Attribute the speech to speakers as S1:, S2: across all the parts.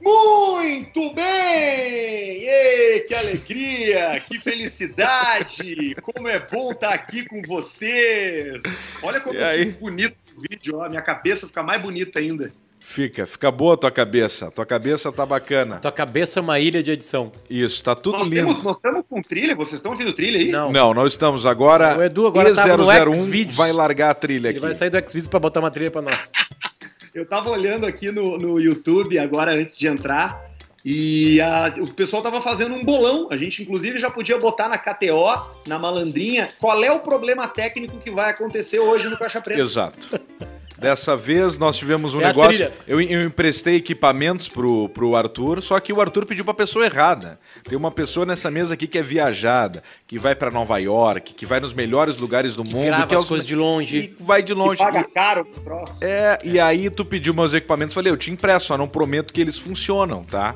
S1: Muito bem! Ei, que alegria, que felicidade! Como é bom estar aqui com vocês! Olha como
S2: E aí?
S1: ficou bonito o vídeo, ó. minha cabeça fica mais bonita ainda.
S2: Fica, fica boa a tua cabeça. Tua cabeça tá bacana.
S3: Tua cabeça é uma ilha de edição.
S2: Isso, tá tudo
S1: Nós
S2: lindo.
S1: temos, nós estamos com trilha, vocês estão ouvindo trilha aí?
S3: Não.
S2: Não, não estamos agora.
S3: O Edu agora tava no
S2: E001
S3: Xvideos.
S2: vai largar a trilha
S3: Ele
S2: aqui.
S3: vai sair do Xvideos pra botar uma trilha pra nós.
S1: Eu tava olhando aqui no, no YouTube agora antes de entrar e a- o pessoal tava fazendo um bolão. A gente, inclusive, já podia botar na KTO, na malandrinha, qual é o problema técnico que vai acontecer hoje no Caixa Preta.
S2: Exato. Dessa vez nós tivemos um
S3: É a
S2: negócio.
S3: trilha.
S2: Eu, eu emprestei equipamentos pro, pro Arthur, só que o Arthur pediu pra pessoa errada. Tem uma pessoa nessa mesa aqui que é viajada, que vai pra Nova York, que vai nos melhores lugares do mundo,
S3: Grava
S2: que é
S3: as
S2: os-
S3: coisas de longe.
S2: e vai de
S1: Que
S2: longe.
S1: paga caro os troços.
S2: É, e aí tu pediu meus equipamentos, falei, eu te impresso, só não prometo que eles funcionam, tá?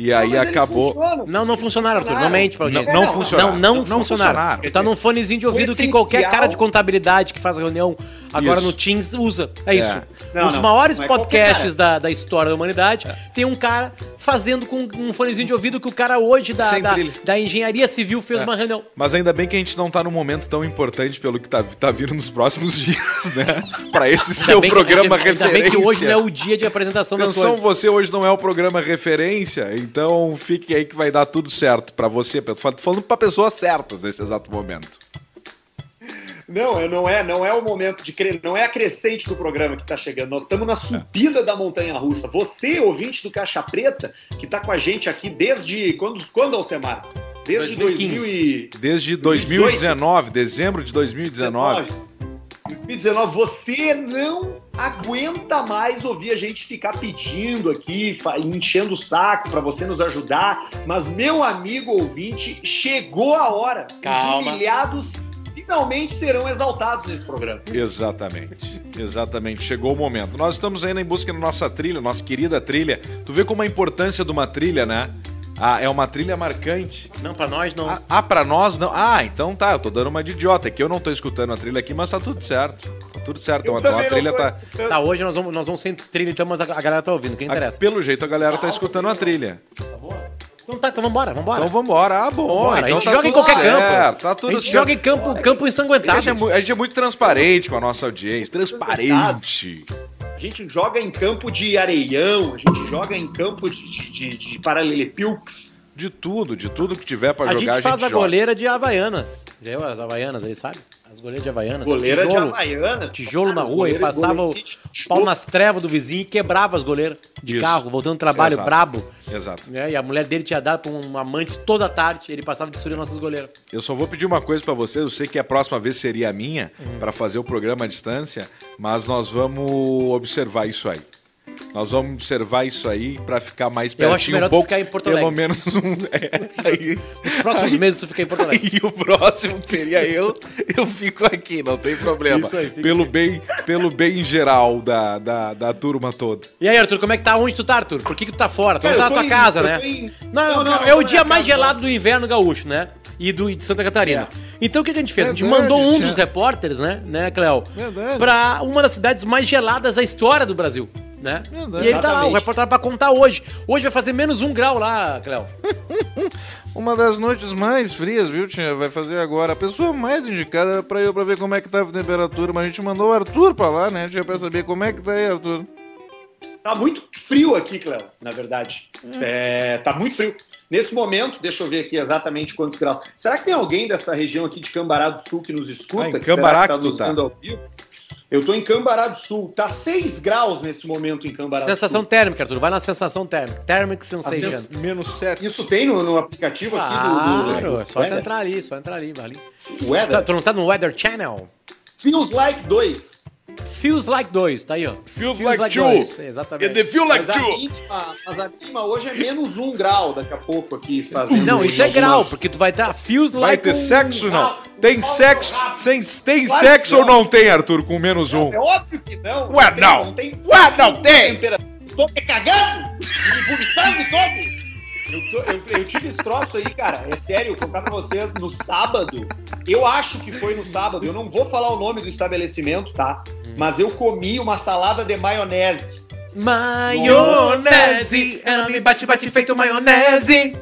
S2: E aí
S1: Não, mas eles
S2: acabou.
S1: funcionam.
S3: Não, não funcionaram, Arthur. Não
S1: Funcionaram.
S3: mente pra
S2: Não,
S3: audiência.
S2: não
S1: não,
S2: funcionaram.
S3: Não, não,
S2: funcionaram.
S3: funcionaram. Tu tá num fonezinho de ouvido
S1: O
S3: que qualquer
S1: essencial-
S3: cara de contabilidade que faz reunião agora
S2: Isso.
S3: no Teams usa. É,
S2: É.
S3: isso.
S1: Não,
S3: um dos
S1: não.
S3: maiores
S1: Não é
S3: podcasts da, da história da humanidade tem um cara fazendo com um fonezinho de ouvido que o cara hoje da,
S2: Sem É.
S3: da,
S2: brilho.
S3: da engenharia civil fez uma reunião.
S2: Mas ainda bem que a gente não tá num momento tão importante pelo que tá, tá vindo nos próximos dias, né? Pra esse seu
S3: bem que-
S2: programa
S3: ainda,
S2: referência.
S3: bem que hoje não é o dia de apresentação das
S2: Atenção,
S3: coisas.
S2: você hoje não é o programa referência, então fique aí que vai dar tudo certo pra você. Eu Tô falando pra pessoas certas nesse exato momento.
S1: Não, é- não é, não é o momento de crer, não é a crescente do programa que está chegando. Nós
S2: É.
S1: estamos na subida da montanha russa. Você, ouvinte do Caixa Preta, que está com a gente aqui desde quando, quando Alcemar? Desde
S3: 2015.
S1: 2019.
S2: Desde 2019, dezembro de 2019.
S1: 2019, você não aguenta mais ouvir a gente ficar pedindo aqui, fa- enchendo o saco para você nos ajudar. Mas, meu amigo ouvinte, chegou a hora. Os
S3: Calma.
S1: humilhados finalmente serão exaltados nesse programa.
S2: Exatamente, exatamente. Chegou o momento. Nós estamos ainda em busca da nossa trilha, nossa querida trilha. Tu vê como a importância de uma trilha, né? Ah, é uma trilha marcante.
S3: Não, pra nós não.
S2: Ah, ah, pra nós não. Ah, então tá, eu tô dando uma de idiota. É que eu não tô escutando a trilha aqui, mas tá tudo certo. Tá tudo certo.
S1: Eu
S2: Então, então a
S1: também não
S2: trilha
S1: tô
S2: tá.
S1: escutando.
S3: Tá, hoje nós vamos, nós vamos sem trilha, então, mas a, a galera tá ouvindo,
S1: Ah.
S3: quem
S2: a-
S3: interessa.
S2: pelo jeito a galera tá escutando a trilha.
S3: Então tá, então vambora, vambora.
S2: Então vambora. Ah, bom.
S3: Vambora, a
S2: então
S3: gente
S2: tá
S3: joga em
S2: tudo
S3: qualquer
S2: certo,
S3: campo.
S2: Tá tudo
S3: a gente
S1: assim,
S2: certo.
S3: joga em campo, campo
S2: A gente,
S3: ensanguentado.
S2: é, mu- a gente é muito transparente com a nossa audiência. Transparente.
S1: A gente joga em campo de areião, a gente joga em campo de, de, de, de paralelepípedos.
S2: De tudo, de tudo que tiver pra
S3: A
S2: jogar,
S3: gente faz a
S2: joga.
S3: goleira de Havaianas. Já viu as Havaianas aí, sabe? As goleiras de Havaianas.
S1: Goleira de
S3: tijolo,
S1: Havaianas.
S3: Tijolo na
S1: Cara,
S3: rua e
S1: goleiro-
S3: passava o
S1: goleiro de tijolo.
S3: pau nas trevas do vizinho e quebrava as goleiras de
S2: Isso.
S3: carro, voltando do trabalho,
S2: Exato.
S3: brabo.
S2: Exato.
S3: né? E a mulher dele tinha dado pra um amante toda tarde, ele passava de destruindo nossas goleiras.
S2: Eu só vou pedir uma coisa pra vocês. Eu sei que a próxima vez seria a minha
S3: Uhum.
S2: pra fazer o programa à distância, mas nós vamos observar isso aí. Nós vamos observar isso aí pra ficar mais pertinho.
S3: Eu acho melhor
S2: um
S3: tu
S2: pouco,
S3: ficar em Porto
S2: Pelo
S3: Alegre.
S2: menos um. É, isso aí.
S3: Nos próximos meses tu fica em Porto Alegre.
S2: E o próximo que seria eu, eu fico aqui, não tem problema.
S3: Isso aí, fica
S2: pelo bem, pelo bem em geral da, da, da turma toda.
S3: E aí, Arthur, como é que tá? Onde tu tá, Arthur? Por que, que tu tá fora? Tu
S1: Cara,
S3: não tá
S1: eu
S3: na
S1: tô
S3: tua
S1: em-
S3: casa,
S1: eu
S3: né?
S1: tô em- Não,
S3: Não, não,
S1: não,
S3: é
S1: não
S3: o
S1: é
S3: dia mais
S1: casa,
S3: gelado do inverno gaúcho, né? E do e de Santa Catarina. Então o que, que a gente fez? a gente
S2: Verdade,
S3: mandou um
S2: já.
S3: dos repórteres, né, né, Cléo?
S2: Verdade.
S3: Pra uma das cidades mais geladas da história do Brasil. Né?
S2: Verdade.
S3: E ele tá lá, o
S1: Exatamente.
S3: repórter pra contar hoje. Hoje vai fazer menos um grau lá, Cléo.
S2: Uma das noites mais frias, viu, Tinha? Vai fazer agora. A pessoa mais indicada pra eu pra ver como é que tava a temperatura, mas a gente mandou o Arthur pra lá, né? Tinha pra saber como é que tá aí, Arthur.
S1: Tá muito frio aqui, Cléo, na verdade.
S3: Hum.
S1: É, tá muito frio. Nesse momento, deixa eu ver aqui exatamente quantos graus. Será que tem alguém dessa região aqui de Cambará do Sul que nos escuta?
S2: Ah, em
S1: Que será
S2: Cambará
S1: que
S2: que tu
S1: nos
S2: tá.
S1: vendo ao vivo? Eu tô em Cambará do Sul. Tá 6 graus nesse momento em Cambará
S3: Sensação
S1: do Sul.
S3: térmica, Arthur. Vai na sensação térmica. Thermic Sensation.
S1: sens-
S2: Menos 7.
S1: Isso tem no, no aplicativo aqui do- né? do.
S3: Claro,
S1: do
S3: é só tu
S1: Weather?
S3: entrar ali, só entrar ali, vai ali.
S1: Weather.
S3: Tu, tu não tá no Weather Channel?
S1: Feels like 2.
S3: Feels Like 2, tá aí, ó.
S2: Feels like two.
S3: dois, Exatamente.
S2: feel
S1: mas, a mínima, mas a mínima hoje é menos um grau daqui a pouco aqui fazendo.
S3: Não, isso é
S1: algumas-
S3: grau, porque tu vai dar feels
S2: Vai
S3: like
S2: ter
S3: um-
S2: sexo não? Tem sexo? Sem, tem
S1: Claro
S2: sexo
S1: que
S3: um
S2: ou
S1: não.
S2: não tem, Arthur, com menos um?
S1: É óbvio que não.
S2: Ué, não.
S1: tem,
S2: Ué, não tem.
S1: temperatura. Tô me cagando! Me vomitando todo! Eu, tô- eu- eu tive esse troço aí, cara. É sério, eu vou contar pra vocês no sábado. Eu acho que foi no sábado.
S2: Hum.
S1: Eu não vou falar o nome do estabelecimento, tá? Mas eu comi uma salada de maionese.
S3: Maionese! Ela me bate, bate feito maionese!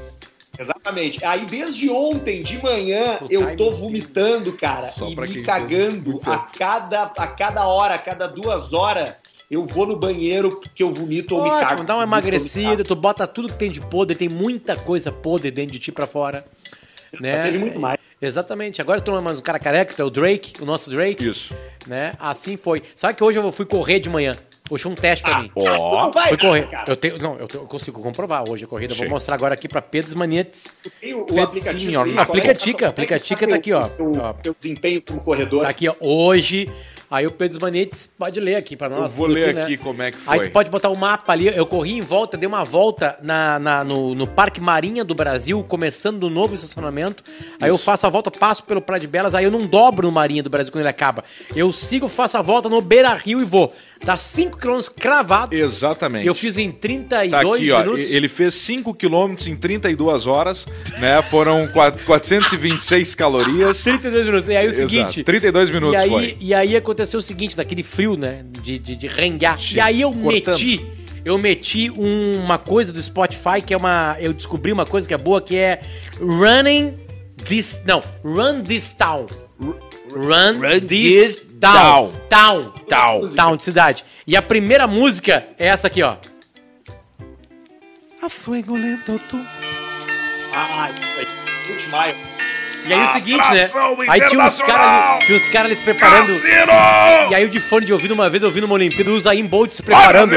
S1: Exatamente. Aí desde ontem de manhã
S3: O
S1: eu
S3: timing.
S1: tô vomitando, cara,
S2: Só
S1: e
S2: pra
S1: me
S2: quem
S1: cagando
S2: fez muito
S1: a cada, a cada hora, a cada duas horas. Eu vou no banheiro porque eu vomito ou me cago.
S3: Ótimo,
S1: Vomito
S3: dá uma
S1: ou me
S3: emagrecida,
S1: cago.
S3: tu bota tudo que tem de podre, tem muita coisa podre dentro de ti pra fora. Né?
S1: teve tá muito mais.
S3: Exatamente. Agora tu não é mais um cara careca, tu é o Drake, o nosso Drake.
S2: Isso.
S3: Né? Assim foi. Sabe que hoje eu fui correr de manhã? Hoje foi um teste pra mim.
S1: Tu
S2: Ó.
S1: não Ah, vai
S3: Fui correr.
S1: nada, cara.
S3: Eu tenho, não, eu, tenho- eu consigo comprovar hoje a corrida. Eu Vou
S2: Sim.
S3: mostrar agora aqui pra Pedro Manetes.
S1: Tu tem o,
S2: Pezinho,
S1: o aplicativo.
S2: ó,
S1: aí,
S2: na
S1: qual é?
S3: aplicatica,
S1: Como é que
S3: aplicatica
S1: sabe
S3: tá
S1: o-
S3: aqui, ó.
S1: teu-
S3: Ó.
S1: Teu desempenho como corredor.
S3: Tá aqui, ó, hoje. Aí o Pedro Manetes pode ler aqui pra nós.
S2: eu vou
S3: tudo
S2: ler
S3: né?
S2: aqui como é que
S3: Aí
S2: foi.
S3: tu pode botar o mapa ali. Eu corri em volta, dei uma volta na, na- no, no Parque Marinha do Brasil, começando do novo estacionamento. Aí eu
S2: Isso.
S3: faço a volta, passo pelo Praia de Belas, aí eu não dobro no Marinha do Brasil quando ele acaba. Eu sigo, faço a volta no Beira Rio e vou. Dá 5 km cravado.
S2: Exatamente.
S3: Eu fiz em
S2: Tá
S3: 32
S2: aqui, ó.
S3: minutos.
S2: Ele fez 5 quilômetros em 32 horas, né? Foram quat- 426 calorias.
S3: 32 minutos. E aí é o
S2: Exato.
S3: seguinte.
S2: 32
S3: E
S2: minutos
S3: aí,
S2: foi.
S3: e aí aconteceu o seguinte, daquele frio, né? De, de, de rengar. E aí eu
S2: Cortando.
S3: meti. Eu meti um- uma coisa do Spotify que é uma. Eu descobri uma coisa que é boa, que é Running This. Não, Run This Town. Run, This, Town. Town. Town. Town de cidade. E a primeira música é essa aqui, ó.
S1: Ah, isso aí. 20 de maio.
S3: E aí o seguinte, né?
S2: Atração
S3: Aí tinha uns caras
S2: internacional!
S3: ali, tinha uns caras ali se preparando. E aí o de fone de ouvido, uma vez ouvindo uma Olimpíada, o Zayn Bolt se preparando.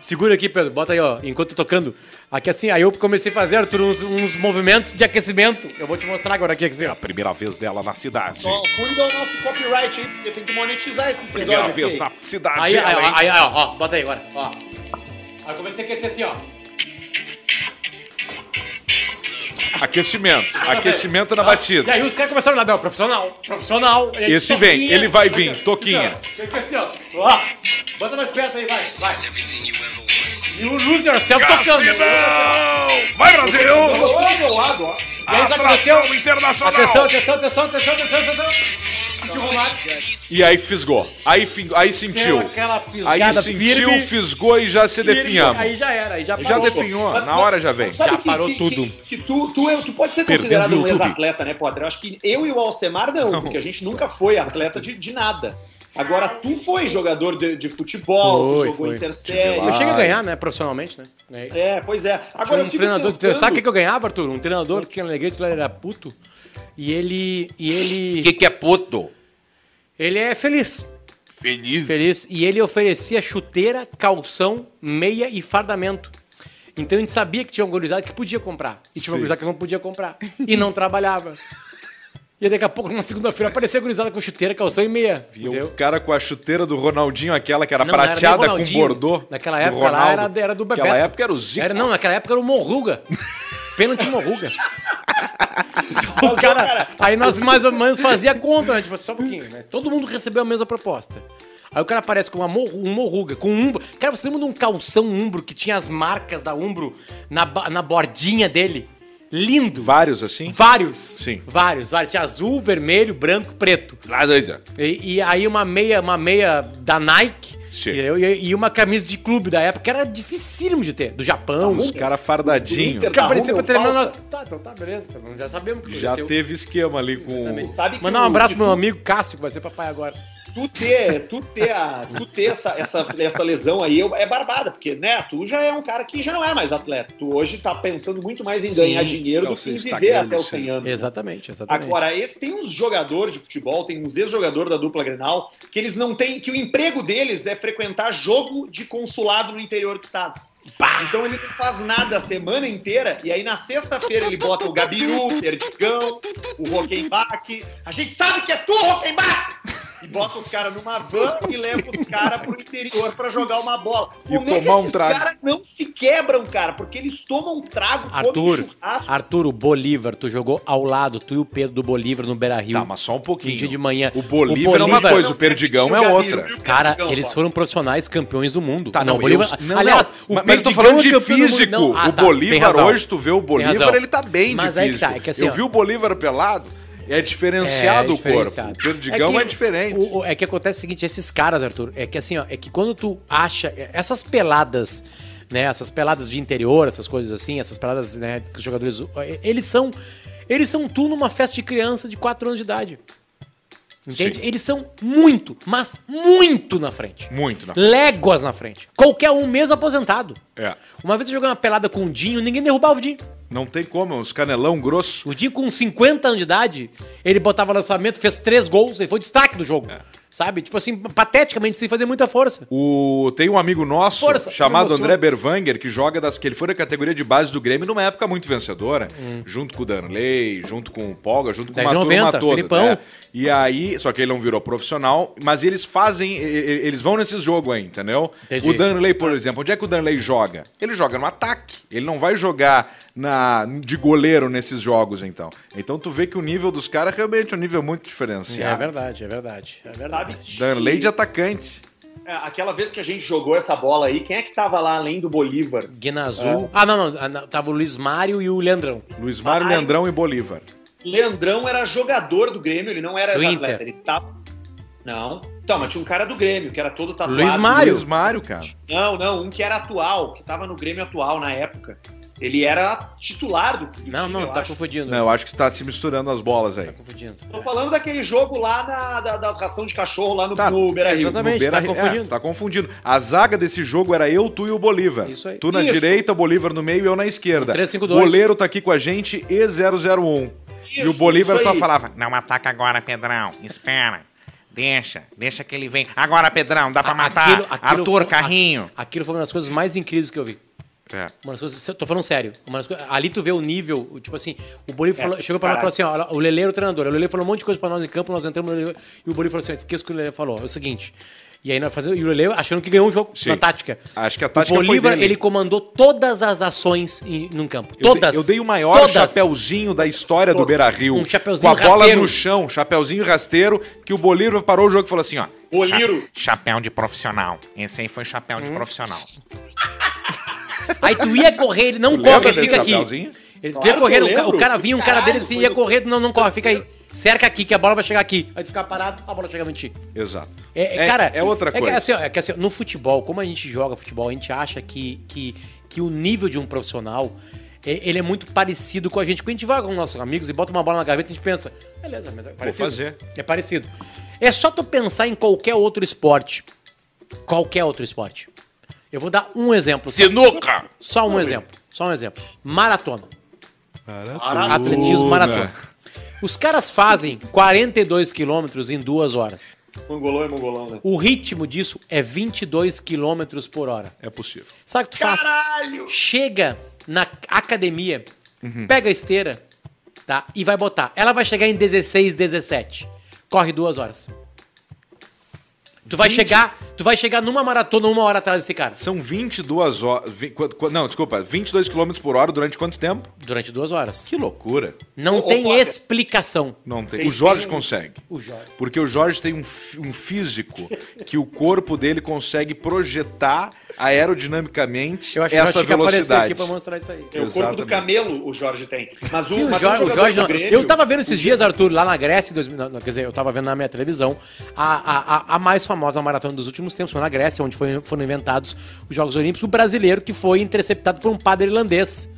S3: Segura aqui, Pedro. Bota aí, ó. Enquanto eu tô tocando. Aqui assim, aí eu comecei a fazer, Arthur, uns, uns movimentos de aquecimento. Eu vou te mostrar agora aqui, assim, ó.
S2: Primeira vez dela na cidade.
S1: Só cuida o nosso copyright aí, porque tem que monetizar esse episódio.
S2: Primeira
S1: aqui.
S2: vez na cidade.
S3: Aí, aí,
S2: ela, Tá hein?
S3: aí, aí, ó, ó. Bota aí agora, ó. Aí eu comecei a aquecer assim, ó.
S2: Aquecimento. Aquecimento na batida.
S3: E aí os caras começaram a olhar, não, profissional, profissional. E aí,
S2: Esse vem, ele vai vir,
S3: Aqui, ó,
S2: toquinha.
S3: aqui, ó. Fica assim, ó. Ó, Bota mais perto aí, vai, vai. E o Lose Yourself tocando.
S2: né? Cassinão! Vai, Brasil!
S1: Colocou ao meu lado, ó.
S3: E aí, sabe o que aconteceu?
S2: Atração internacional!
S3: Atenção, atenção, atenção, atenção, atenção, atenção. Sentiu o Romário.
S2: E aí fisgou. Aí, fin- aí sentiu.
S3: Deu aquela fisgada
S2: Aí sentiu,
S3: firme.
S2: fisgou e já se
S3: Firme,
S2: definhamos.
S3: Aí já era, aí já
S2: Já
S3: parou.
S2: definhou. Na hora já vem.
S1: Sabe
S3: Já parou tudo.
S1: Que, que tu, tu, é- tu pode ser
S2: Perdendo
S1: considerado
S2: no
S1: um
S2: YouTube.
S1: ex-atleta, né, Potter? Eu acho que eu e o Alcemar não, porque a gente nunca foi atleta de, de nada. Agora, tu foi jogador de, de futebol,
S3: Foi,
S1: tu jogou
S3: foi.
S1: intersérie.
S3: Eu cheguei a ganhar, né, profissionalmente, né? Aí.
S1: É, pois é.
S3: Tinha
S1: Agora, eu
S3: um
S1: fico
S3: treinador.
S1: pensando-
S3: Sabe o que que eu ganhava, Arthur? Um treinador que tinha alegrete lá, ele era puto. E ele. E ele.
S2: que é poto?
S3: Ele é feliz.
S2: Feliz.
S3: Feliz. E ele oferecia chuteira, calção, meia e fardamento. Então a gente sabia que tinha um gurizada que podia comprar. E tinha um
S2: Sim.
S3: gurizada que não podia comprar. E não trabalhava. E daqui a pouco, numa segunda-feira, aparecia gurizada com chuteira, calção e meia.
S2: E o
S3: Entendeu?
S2: cara com a chuteira do Ronaldinho, aquela que era
S3: Não, não era nem
S2: prateada com
S3: Ronaldinho.
S2: bordô.
S3: Naquela
S2: do
S3: época lá
S2: Ronaldo.
S3: era, era do Bebeto.
S2: Naquela época era o Zico.
S3: Era, não, naquela época era o Morruga. Pênalti Morruga. Então, o
S1: Mas,
S3: cara,
S1: cara,
S3: aí nós mais ou menos fazia a conta, né? Tipo, só um pouquinho, né? Todo mundo recebeu a mesma proposta. Aí o cara aparece com uma morru, um morruga, com um umbro. Cara, você lembra de um calção umbro que tinha as marcas da umbro na, ba- na bordinha dele? Lindo.
S2: Vários assim?
S3: Vários.
S2: Sim.
S3: Vários, vários. Tinha azul, vermelho, branco, preto.
S2: Lá dois, ó.
S3: E, e aí uma meia, uma meia da Nike
S2: Sim.
S3: entendeu? e, é e uma camisa de clube da época que era dificílimo de ter, do Japão.
S2: Os caras fardadinhos.
S1: Inter-
S3: Porque aparecia
S1: Arruma
S3: pra treinar
S1: ou
S3: nós.
S1: falta?
S3: Tá, então tá, beleza. então já sabemos o que
S2: Já teve esquema ali com.
S3: Exatamente.
S1: Sabe que
S3: Mandar um
S1: o-
S3: abraço
S1: que
S3: pro meu
S1: tu-
S3: amigo Cássio, que vai ser papai agora.
S1: tu ter, tu ter, a- tu ter essa, essa, essa lesão aí eu- é barbada, porque né, tu já é um cara que já não é mais atleta. Tu hoje tá pensando muito mais em
S3: Sim, tá
S1: ganhar dinheiro
S2: é,
S1: do
S2: você
S1: que em
S2: está
S1: viver
S2: grande,
S1: até os
S2: sim.
S1: 100 anos.
S3: Exatamente, exatamente.
S1: Agora, esse tem uns jogadores de futebol, tem uns ex-jogador da dupla Grenal, que eles não têm, que o emprego deles é frequentar jogo de consulado no interior do estado. Então ele não faz nada a semana inteira, e aí na sexta-feira ele bota o Gabiru, o Perdigão, o Rockenbach. A gente sabe que é tu, Rockenbach! E bota os caras numa van e leva os caras pro interior pra jogar uma bola. é
S2: E tomar um
S1: esses
S2: trago.
S1: caras não se quebram, cara? Porque eles tomam um trago, comem
S3: Arthur,
S1: churrasco.
S3: Arthur, o Bolívar, tu jogou ao lado, tu e o Pedro do Bolívar no Beira Rio.
S2: Tá, mas só um pouquinho.
S3: Um dia de manhã.
S2: O Bolívar é uma
S3: Bolívar-
S2: coisa, o Perdigão é outra.
S3: Cara,
S1: Perdigão,
S3: eles
S1: pô.
S3: foram profissionais campeões do mundo.
S2: Tá, não,
S3: o Bolívar.
S2: eu- não,
S3: Aliás,
S2: não. mas
S3: o
S2: eu tô
S3: Perdigão
S2: falando
S3: é
S2: de
S3: campeão do mundo.
S2: físico.
S3: Não, ah,
S2: o
S3: tá, tem
S2: Bolívar
S3: razão.
S2: hoje, tu vê o
S3: razão.
S2: Bolívar, ele tá bem
S3: Mas
S2: de
S3: aí que
S2: físico.
S3: tá, é que assim,
S2: eu
S3: ó.
S2: vi o Bolívar pelado, É diferenciado,
S3: É, é diferenciado.
S2: o corpo. O perdigão é,
S3: que
S2: diferente.
S3: o- o- é que acontece o seguinte, esses caras, Arthur, é que assim, ó, é que quando tu acha é, essas peladas, né, essas peladas de interior, essas coisas assim, essas peladas, né, que os jogadores, eles são eles são tu numa festa de criança de 4 anos de idade. Entende?
S2: Sim.
S3: Eles são muito, mas muito na frente.
S2: Muito na
S3: Léguas na frente. Qualquer um mesmo aposentado.
S2: É.
S3: Uma vez eu joguei uma pelada com o Dinho, ninguém derrubava o Dinho.
S2: Não tem como, é uns canelão grosso.
S3: O Dinho com 50 anos de idade, ele botava lançamento, fez três gols, ele foi o destaque do jogo.
S2: É.
S3: Sabe? Tipo assim, pateticamente, sem fazer muita força.
S2: O, tem um amigo nosso
S3: Força,
S2: chamado
S3: emoção.
S2: André Berwanger que joga das que ele foi da categoria de base do Grêmio numa época muito vencedora, junto com o Danley, junto com o Polga, junto com
S3: Hum. Dez
S2: uma
S3: de 90,
S2: turma toda.
S3: Felipão.
S2: né? E aí, só que ele não virou profissional, mas eles fazem, e- e- eles vão nesses jogos aí, entendeu?
S3: Entendi.
S2: O Danley, por exemplo, onde é que o Danley joga? Ele joga no ataque. Ele não vai jogar na de goleiro nesses jogos, então. Então tu vê que o nível dos caras realmente é um nível muito diferenciado.
S3: verdade, é verdade. É
S1: verdade.
S2: Danley de atacante.
S1: É, Aquela vez que a gente jogou essa bola aí, quem é que tava lá além do Bolívar?
S3: Guinazul. Ah, não, não. ah, não, Tava o Luiz Mário e o Leandrão.
S2: Luiz Mário,
S1: Ai.
S2: Leandrão e Bolívar.
S1: Leandrão era jogador do Grêmio, ele não era
S3: Do
S1: ex-atleta, ele tava. Não. Então, mas tinha um cara do Grêmio, que era todo tatuado.
S3: Luiz Mário.
S2: Luiz Mário, cara.
S1: Não, não, um que era atual, que tava no Grêmio atual na época. Ele era titular do, do
S3: Não,
S1: time,
S3: não,
S1: eu
S3: tá
S1: acho.
S3: confundindo.
S2: Não, eu acho que tá se misturando as bolas
S3: Tá
S2: aí.
S3: confundindo.
S1: Tô falando daquele jogo lá na- da- das ração de cachorro lá no,
S2: Tá,
S1: no Beira Rio.
S3: exatamente.
S2: No
S3: tá
S2: Rio-
S3: confundindo.
S2: é, tá confundindo. A zaga desse jogo era eu, tu e o Bolívar.
S3: Isso aí.
S2: Tu na
S1: Isso.
S2: direita, o Bolívar no meio e eu na esquerda.
S3: Um 3-5-2.
S2: Goleiro tá aqui com a gente e 001. e o
S1: Isso,
S2: Bolívar
S1: isso
S2: só
S1: aí.
S2: falava.
S4: Não ataca agora, Pedrão. Espera. Deixa, deixa que ele vem. Agora, Pedrão, dá pra matar.
S3: Aquilo- aquilo
S4: Arthur,
S3: foi-
S4: carrinho.
S3: a- Aquilo foi uma das coisas mais incríveis que eu vi.
S4: É.
S3: Uma das coisas, tô falando sério. Uma das coisas- ali tu vê o nível, o- tipo assim, o
S2: É,
S3: Bolívar falou- chegou pra nós e falou assim: ó, o Lele era o treinador. O Lele falou um monte de coisa pra nós em campo, nós entramos no Lele, e o Bolívar falou assim: ó, esqueça o que o Lele falou. É o seguinte. E aí nós fazemos, e o Lele achando que ganhou o jogo
S2: Sim.
S3: na tática.
S2: Acho que a tática
S3: O
S2: foi
S3: Bolívar,
S2: dele.
S3: ele comandou todas as ações em, num campo.
S2: Eu dei-
S3: todas.
S2: Eu dei o maior
S3: Todas.
S2: chapeuzinho da história do Beira Rio.
S3: Um chapeuzinho
S2: Com a bola
S3: rasteiro.
S2: no chão, chapeuzinho rasteiro, que o Bolívar parou o jogo e falou assim: ó.
S1: Boliro.
S4: Chapéu de profissional. Esse aí foi chapéu de profissional.
S3: Aí tu ia correr, ele não
S2: Tu
S3: corre,
S2: lembra
S3: ele
S2: desse
S3: fica aqui.
S2: chapeuzinho?
S3: Ele
S1: Claro
S3: ia correr,
S1: que eu
S3: o, ca- o
S1: lembro.
S3: cara vinha, um cara
S1: Caralho,
S3: dele assim,
S1: foi
S3: ia
S1: do-
S3: correr, não, não corre, fica aí. Cerca aqui, que a bola vai chegar aqui. Aí tu ficar parado, a bola chega em ti.
S2: Exato.
S3: É, é, cara,
S2: É outra
S3: É que,
S2: coisa.
S3: assim, ó, é que assim, ó, no futebol, como a gente joga futebol, a gente acha que, que, que o nível de um profissional é, ele é muito parecido com a gente. Quando a gente vai com nossos amigos e bota uma bola na gaveta, a gente pensa, beleza, mas é parecido.
S2: fazer.
S3: É parecido. É só tu pensar em qualquer outro esporte. Qualquer outro esporte. Eu vou dar um exemplo. só.
S4: Sinuca!
S3: Só um exemplo. Só um exemplo. Maratona.
S1: Maratona.
S3: Atletismo
S2: né?
S3: maratona. Os caras fazem 42 quilômetros em duas horas.
S1: Mongolão é mongolão, né?
S3: O ritmo disso é 22 quilômetros por hora.
S2: É possível.
S3: Sabe o que tu faz?
S1: Caralho!
S3: Chega na academia, pega a esteira, tá? E vai botar. Ela vai chegar em 16, 17. Corre duas horas. Tu vai chegar, tu vai chegar numa maratona uma hora atrás desse cara.
S2: São 22 horas. vi- quanto- quanto- Não, desculpa. 22 km por hora durante quanto tempo?
S3: Durante duas horas.
S2: Que loucura.
S3: Não
S1: Ô, ô,
S3: tem
S1: Potter.
S3: explicação.
S2: Não tem.
S1: Tem-
S2: O Jorge
S1: tem um-
S2: consegue.
S3: O Jorge.
S2: Porque o Jorge tem um, fi- um físico que o corpo dele consegue projetar aerodinamicamente
S3: Eu acho que o
S2: essa
S3: Jorge tinha que aparecer
S2: velocidade.
S3: aqui pra mostrar isso aí.
S1: É o corpo do
S2: Exatamente.
S1: camelo o Jorge tem. Mas
S3: Sim, o
S1: mas
S3: Jorge, o
S1: jogador
S3: Jorge
S1: do
S3: não.
S1: Grêmio-
S3: Eu tava vendo esses dias, Arthur, lá na Grécia, em 2000 não, não, quer dizer, eu tava vendo na minha televisão, a, a, a, a mais famosa maratona dos últimos tempos foi na Grécia, onde foi- foram inventados os Jogos Olímpicos, o brasileiro que foi interceptado por um padre irlandês.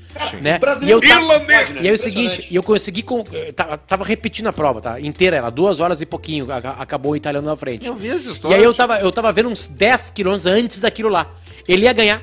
S3: Né? E eu
S1: Brasileiro
S3: tava-
S1: irlandês! né?
S3: e aí é o seguinte, e eu consegui. Com, eu tava, tava repetindo a prova, tá? Inteira ela, duas horas e pouquinho. a- a- acabou o italiano na frente.
S2: vi essa
S3: E aí eu tava, eu tava vendo uns 10 quilômetros antes daquilo lá. Ele ia ganhar.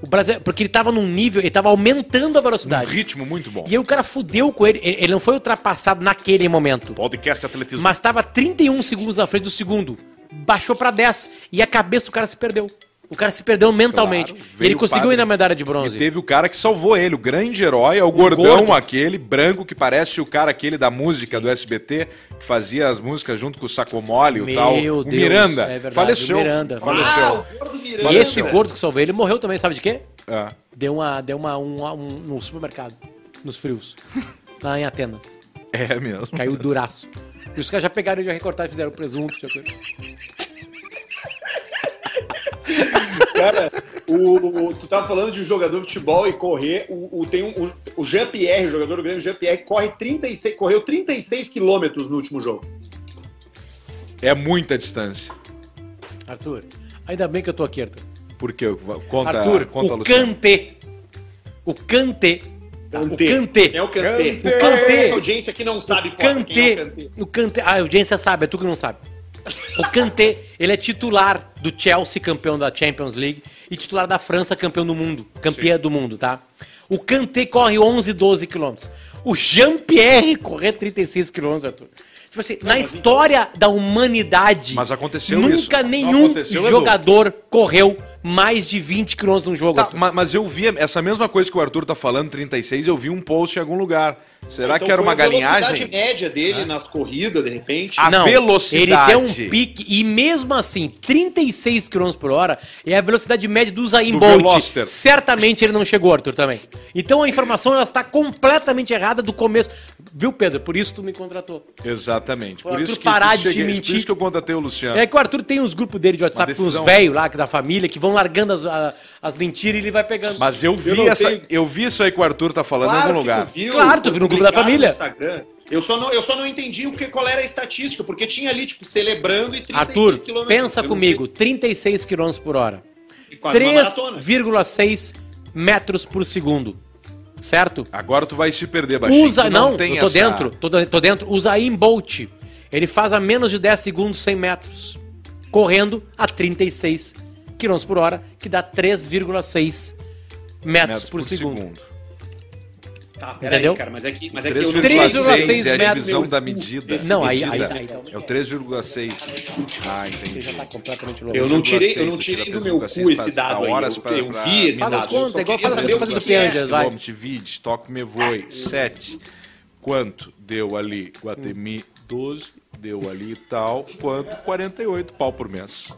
S3: O Brasil, porque ele tava num nível, ele tava aumentando a
S2: Um
S3: velocidade.
S2: ritmo muito bom.
S3: E aí o cara fudeu com ele. Ele ele não foi ultrapassado naquele momento.
S2: Podcast Atletismo.
S3: Mas tava 31 segundos na frente do segundo. Baixou pra 10. E a cabeça do cara se perdeu. O cara se perdeu mentalmente.
S2: Claro,
S3: ele
S2: veio o
S3: conseguiu
S2: padre.
S3: ir na medalha de bronze.
S2: E teve o cara que salvou ele, o grande herói, é o, gordão
S3: gordo.
S2: aquele, branco, que parece o cara aquele da música do SBT, que fazia as músicas junto com o Sacomole, o
S3: Meu
S2: tal. o
S3: Deus,
S2: Miranda.
S3: é verdade,
S2: faleceu.
S3: o Miranda.
S2: Faleceu.
S1: Ah, o gordo Miranda.
S3: E esse
S2: Valeu.
S3: gordo que salvou ele morreu também, sabe de quê?
S2: É.
S3: Deu uma. Deu uma. Um, um- no supermercado. Nos frios. lá em Atenas.
S2: É mesmo.
S3: Caiu duraço. E os caras já pegaram ele, já recortaram e fizeram presunto. já coisa.
S1: agora, o, o- tu tava falando de um jogador de futebol e correr. O, o- tem um, o, o Jean-Pierre, o jogador do Grêmio Jean-Pierre, corre 36, correu 36 quilômetros no último jogo.
S2: É muita distância.
S3: Arthur, ainda bem que eu tô aqui, Arthur.
S2: Porque conta,
S3: Arthur,
S2: conta
S3: o
S2: Luciano.
S3: Kanté. O Kanté. tá? O
S1: Kanté.
S3: Kanté.
S1: É o Kanté.
S3: O Kanté.
S1: A audiência que não sabe
S3: O
S1: porra, quem é o
S3: Kanté.
S1: Kanté.
S3: O Kanté. A audiência sabe, é tu que não sabe. O Kanté, ele é titular do Chelsea, campeão da Champions League, e titular da França, campeão do mundo, campeã do mundo, tá? O Kanté corre 11, 12 quilômetros. O Jean-Pierre correr 36 quilômetros, Arthur. Tipo assim, na história da humanidade,
S2: Mas aconteceu
S3: nunca
S2: isso. Não
S3: nenhum
S2: aconteceu, Edu.
S3: jogador correu mais de 20 quilômetros num jogo,
S2: Tá,
S3: Arthur.
S2: ma- mas eu vi essa mesma coisa que o Arthur tá falando, 36, eu vi um post em algum lugar. Será
S1: Então
S2: que era
S1: foi
S2: uma
S1: a velocidade
S2: galinhagem?
S1: média dele
S3: Ah.
S1: nas corridas, de repente.
S2: A velocidade.
S3: Ele deu um pique e mesmo assim, 36 km por hora é a velocidade média do Usain
S2: Do
S3: Bolt.
S2: Veloster.
S3: Certamente ele não chegou, Arthur, também. Então a informação ela está completamente errada do começo. Viu, Pedro? Por isso tu me contratou.
S2: Exatamente.
S3: Ô,
S2: Por
S3: Arthur,
S2: isso, que
S3: parar
S2: eu
S3: de te
S2: cheguei-
S3: mentir.
S2: por isso que eu contatei o Luciano.
S3: É que o Arthur tem uns grupos dele de WhatsApp com uns
S2: Ah. decisão.
S3: velhos lá que da família que vão largando as, a- as mentiras e ele vai pegando.
S2: Mas eu vi,
S1: Eu não
S2: essa,
S1: tenho-
S2: eu vi isso aí que o Arthur tá falando em
S1: Claro
S2: algum
S1: que
S2: lugar.
S1: tu viu,
S3: Claro, tu viu no grupo da
S1: publicado
S3: família.
S1: no Instagram. Eu só, não, eu só não entendi o que, qual era a estatística, porque tinha ali, tipo, celebrando e 36
S3: Arthur,
S1: quilômetros.
S3: pensa
S1: Eu não
S3: comigo, 36 km por hora.
S1: sei, quase uma maratona.
S3: 3,6 metros por segundo. Certo?
S2: Agora tu vai se perder, baixinho.
S3: Usa,
S2: Tu
S3: não,
S2: tem
S3: eu tô
S2: essa-
S3: dentro, tô, de- tô dentro. Usa aí em Bolt. Ele faz a menos de 10 segundos 100 metros, correndo a 36 km por hora, que dá 3,6 metros,
S2: metros
S3: por, segundo.
S1: Tá, peraí,
S3: Entendeu?
S1: cara, mas é que, mas é que eu não-
S2: 3,6
S3: 3,6
S2: é a
S3: metros.
S2: divisão da medida.
S3: Não, aí-
S2: Medida.
S3: aí- aí- aí-
S2: É o 3,6. Ah,
S3: Ele já
S2: entendi.
S3: tá completamente louco.
S1: Eu não tirei, eu não
S2: 3,6,
S1: tirei do
S2: você
S1: meu
S2: tira
S1: cu esse
S2: 3,6
S1: dado aí.
S2: horas
S1: eu,
S2: pra-
S1: eu
S2: pra-
S1: vi esse
S3: Faz as
S1: dado. eu só
S3: contas, igual
S1: queria
S3: faz as
S1: saber o
S3: contas do
S1: que é.
S3: Piangers, vai.
S2: Quilômetro de vídeo, toque me voe, 7. Quanto deu ali? Guatemi, 12. Deu ali e tal. Quanto? 48 pau por mês.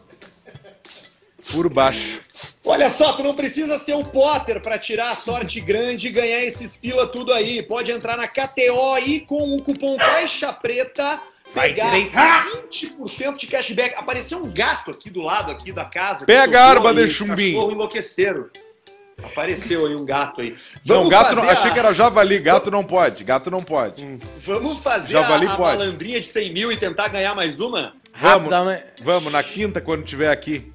S2: Por baixo.
S1: Olha só, tu não precisa ser o Potter pra tirar a sorte grande e ganhar esses pila tudo aí. Pode entrar na KTO e com o cupom Caixa Preta
S4: Vai
S1: pegar
S4: direitar.
S1: 20% de cashback. Apareceu um gato aqui do lado aqui da casa.
S2: Pega
S1: Que tocou
S2: a arma
S1: aí, tá
S2: de
S1: os
S2: chumbim.
S1: cachorros enlouqueceram. Apareceu aí um gato aí.
S2: não, Então, gato não,
S1: fazer a-
S2: achei que era javali. Gato não pode, gato não pode.
S1: Vamos fazer
S2: Javali
S1: a, a
S2: pode.
S1: malandrinha de 100 mil e tentar ganhar mais uma?
S2: Vamos,
S3: Rapidamente.
S2: vamos, na quinta, quando tiver aqui.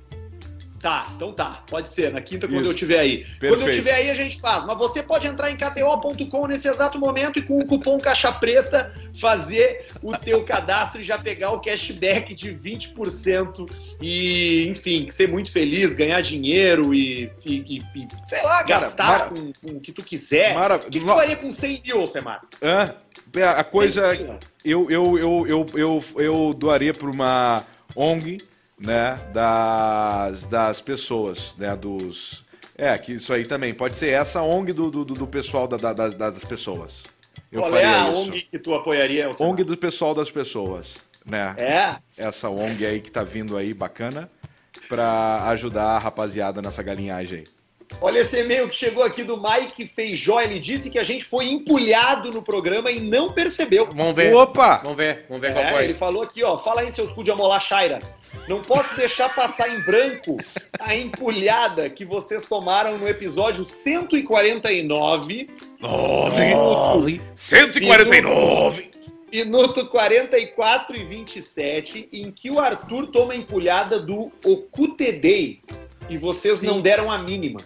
S1: Tá, então tá. Pode ser. Na quinta, quando
S2: Isso.
S1: eu tiver aí. Quando eu
S2: Perfeito.
S1: tiver aí, a gente faz. Mas você pode entrar em kto.com nesse exato momento e com o cupom Caixa Preta fazer o teu cadastro e já pegar o cashback de 20%. E, enfim, ser muito feliz, ganhar dinheiro e, e- e- e, sei lá,
S2: Cara,
S1: gastar
S2: mara-
S1: com, com o que tu quiser.
S2: Mara-
S1: O É, que, que
S2: no-
S1: tu faria com 100 mil, Semar?
S2: Hã? É, A coisa.
S1: 100 mil.
S2: Eu, eu, eu, eu, eu, eu doaria para uma ONG, né, das, das pessoas, né, dos... É, que isso aí também. Pode ser essa ONG do, do, do pessoal da- da- das, das pessoas. Eu
S1: Qual é
S2: faria
S1: a
S2: isso.
S1: ONG que tu apoiaria? Semar?
S2: ONG do pessoal das pessoas, né?
S1: É?
S2: Essa ONG aí que tá vindo aí, bacana, pra ajudar a rapaziada nessa galinhagem aí.
S1: Olha esse e-mail que chegou aqui do Mike Feijó. Ele disse que a gente foi empulhado no programa e não percebeu.
S3: Vamos ver.
S2: Opa!
S3: Vamos ver, vamos ver qual
S1: É, ele
S3: foi.
S1: falou aqui, ó. Fala aí, seus cu de amolar Shaira. Não posso deixar passar em branco a empulhada que vocês tomaram no episódio 149,
S3: Nove.
S1: 149. minuto 44 e 27, em que o Arthur toma a empulhada do Okutedei. E vocês
S3: Sim.
S1: não deram a mínima.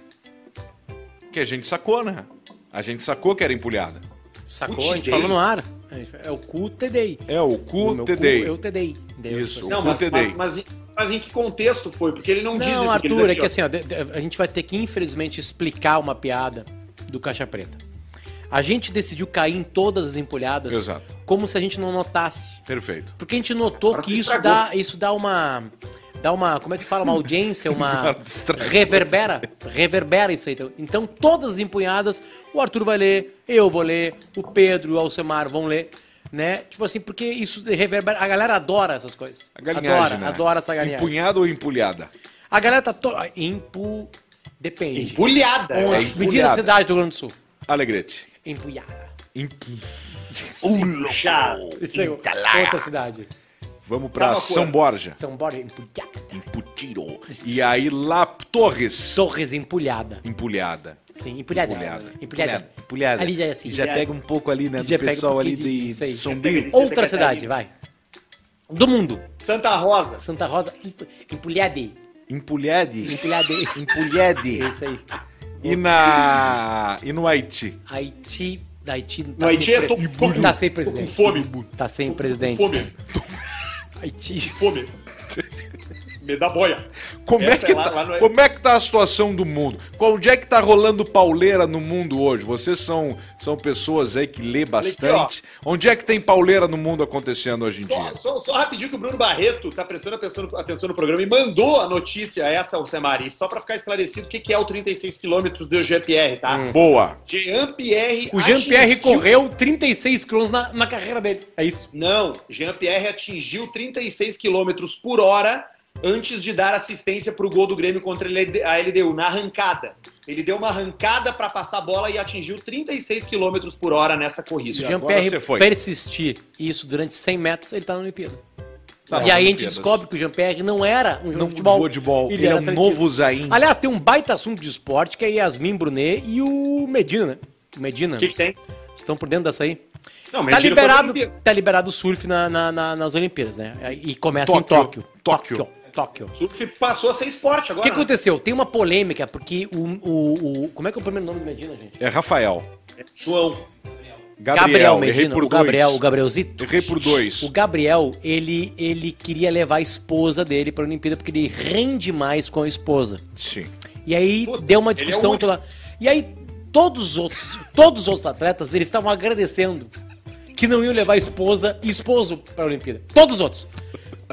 S2: Que a gente sacou, né? A gente sacou que era empulhada.
S3: Sacou? A gente
S1: TD.
S3: falou no ar. É o cu TDI.
S2: É o
S3: No
S2: cu
S3: meu é
S2: TD.
S3: Eu TDI. Daí eu,
S2: Isso.
S3: tipo assim,
S1: Não,
S2: O
S1: mas,
S2: Okutedei.
S1: mas, mas, em- mas em que contexto foi? Porque ele não, diz
S3: Não,
S1: isso ele
S3: Arthur,
S1: tá
S3: é que
S1: ó.
S3: assim, ó, de- de- a gente vai ter que infelizmente explicar uma piada do Caixa Preta. A gente decidiu cair em todas as empolhadas
S2: Exato.
S3: como se a gente não notasse.
S2: Perfeito.
S3: Porque a gente notou
S1: Agora tu
S3: que isso
S1: estragou.
S3: dá, isso dá uma. Dá uma. Como é que se fala? Uma audiência, uma.
S2: Agora tu estragou.
S3: reverbera. Reverbera isso aí. Então, então, todas as empunhadas, o Arthur vai ler, eu vou ler, o Pedro, o Alcemar vão ler. Né? Tipo assim, porque isso reverbera. A galera adora essas coisas.
S2: A galinhagem,
S3: adora,
S2: né?
S3: adora essa galinhagem.
S2: Empunhada ou empulhada?
S3: A galera tá toda. Empu. Depende.
S1: Empulhada.
S3: Onde?
S1: É,
S3: Me diz a
S2: empulhada.
S3: cidade do Rio Grande do Sul.
S2: Alegrete.
S3: Empunhada.
S2: Empu...
S1: Puxada.
S3: Isso aí. Outra cidade.
S2: Vamos pra
S1: Qual a cor?
S2: São Borja.
S3: São Borja
S2: Em
S3: empulhada.
S2: Putiro. E aí, lá Torres.
S3: Torres empulhada.
S2: Empulhada.
S3: Sim, empulhada.
S2: Empulhada.
S3: Empulhada.
S2: Empulhada.
S3: Ali é assim.
S2: Já pega um pouco ali, né?
S3: E
S2: Do
S3: já pega um
S2: pessoal ali
S3: pouquinho
S2: de
S3: disso aí.
S2: sombrio.
S3: Outra cidade, vai. Do mundo.
S1: Santa Rosa.
S3: Santa Rosa empu- empulhade.
S2: Empulhade.
S3: Empulhade.
S2: Empulhade.
S3: É isso aí.
S2: E na. E no Haiti.
S3: Haiti. da Haiti não
S1: No Haiti
S3: sem
S1: eu é tô
S3: pre-
S1: com-
S3: tá sem
S1: tô com
S3: presidente.
S1: fome.
S3: Tá sem presidente.
S1: Fome,
S3: Haiti.
S1: fome. Me dá boia.
S2: Como é,
S1: Essa
S2: que
S1: lá-
S2: tá,
S1: lá no-
S2: como é que tá a situação do mundo? Qual- Onde é que tá rolando pauleira no mundo hoje? Vocês são, são pessoas aí que lê bastante. Onde é que tem pauleira no mundo acontecendo hoje em dia?
S1: Só, só- só rapidinho que o Bruno Barreto tá prestando atenção, no- atenção no programa e mandou a notícia essa, o Semari, só pra ficar esclarecido o que, que é o 36 quilômetros do GPR, tá?
S2: Boa.
S1: Jean-Pierre...
S3: Hum. O Jean-Pierre
S1: atingiu-
S3: correu 36 crons na, na carreira dele. É isso.
S1: Não, Jean-Pierre atingiu 36 quilômetros por hora antes de dar assistência pro gol do Grêmio contra a LDU, na arrancada. Ele deu uma arrancada pra passar a bola e atingiu 36 quilômetros por hora nessa corrida.
S3: Se o
S2: agora
S3: Jean-Pierre
S2: você foi.
S3: persistir isso durante 100 metros, ele tá na Olimpíada.
S2: Tá na
S3: e aí a gente
S2: Olimpíada.
S3: descobre que o Jean-Pierre não era um jogador
S2: Não
S3: de futebol.
S2: jogou de futebol. Ele,
S3: era
S2: é um
S3: atletismo.
S2: novo Zain.
S3: Aliás, tem um baita assunto de esporte que é Yasmin Brunet e o Medina, né? O Medina.
S1: O que, que tem?
S3: Estão por dentro dessa aí?
S1: Não,
S3: tá
S1: mentira, foi
S3: liberado,
S1: pra Olimpíada.
S3: tá liberado o surf na- na- na- nas Olimpíadas, né? E começa
S2: Tóquio.
S3: em Tóquio. Tóquio. Tóquio.
S1: Surf passou a ser esporte
S3: O
S1: agora.
S3: que
S1: né?
S3: aconteceu? Tem uma polêmica, porque o, o- o- Como é que é o primeiro nome do Medina, gente?
S2: É Rafael.
S1: João.
S2: Gabriel, errei
S3: Medina.
S2: por
S3: O Gabriel,
S2: dois.
S3: o Gabrielzito.
S2: Errei por dois.
S3: O Gabriel, ele, ele queria levar a esposa dele pra Olimpíada, porque ele rende mais com a esposa.
S2: Sim.
S3: E aí
S1: Puta,
S3: deu uma
S1: ele é o
S3: discussão
S1: único.
S3: toda. E aí todos os outros, todos os outros atletas, eles estavam agradecendo que não iam levar esposa e esposo pra Olimpíada. Todos os outros.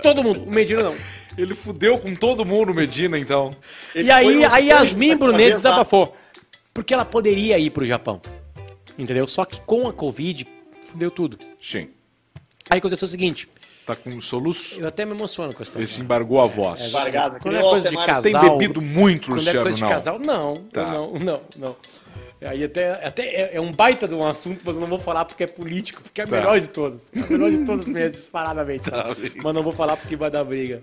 S3: Todo mundo, o Medina não.
S2: Ele fudeu com todo mundo, Medina, então.
S1: Ele
S3: e aí
S1: foi um
S3: a
S1: sonho
S3: Yasmin
S1: pra
S3: Brunet
S1: fazer,
S3: desabafou. Porque ela poderia ir pro Japão. Entendeu? Só que com a Covid, fudeu tudo.
S2: Sim.
S3: Aí aconteceu o seguinte,
S2: Tá com um soluço.
S3: eu até me emociono com a história.
S2: Ele se embargou a voz.
S1: exato. Vargado,
S3: Quando
S1: que
S3: é
S1: nem o
S3: coisa de
S1: Altemar.
S3: casal...
S2: Tem bebido muito,
S3: Quando é
S2: Luciano,
S3: coisa de
S2: não.
S3: casal, não,
S2: Tá.
S3: não, não, não. Aí até, até é- é um baita de um assunto, mas eu não vou falar porque é político, porque é a
S2: Tá.
S3: melhor de todas. É a melhor de todas mesmo, disparadamente. sabe? Mas não vou falar porque vai dar briga.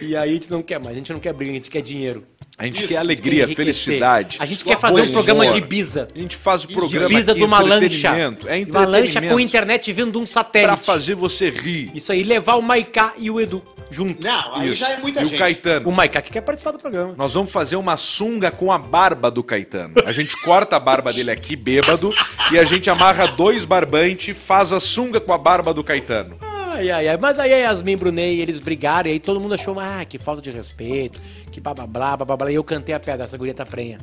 S3: E aí a gente não quer mais, a gente não quer briga, a gente quer dinheiro.
S2: A gente
S1: Isso,
S2: quer
S1: a gente
S3: A gente quer
S2: alegria,
S3: enriquecer.
S2: felicidade.
S3: A gente
S2: Boa
S3: quer fazer um
S2: humor.
S3: programa de Ibiza.
S2: A gente faz o Um programa
S3: de Ibiza
S2: aqui,
S3: de uma lancha.
S2: entretenimento. É
S3: uma lancha com
S2: entretenimento
S3: internet vindo um
S2: pra
S3: satélite.
S2: fazer você rir.
S3: Isso aí, levar o Maiká e o Edu junto.
S1: Não, aí
S2: Isso.
S1: já é muita
S2: e
S1: gente.
S2: o Caetano.
S3: O Maiká que quer participar do programa.
S2: Nós vamos fazer uma sunga com a barba do Caetano. A gente corta a barba dele aqui, bêbado, e a gente amarra dois barbantes e faz a sunga com a barba do Caetano.
S3: Ai, ai, ai. Mas aí a Yasmin Brunet, eles brigaram, e aí todo mundo achou, ah, que falta de respeito, que blá blá blá, blá blá, blá. E eu cantei a pedra, essa guria tá prenha.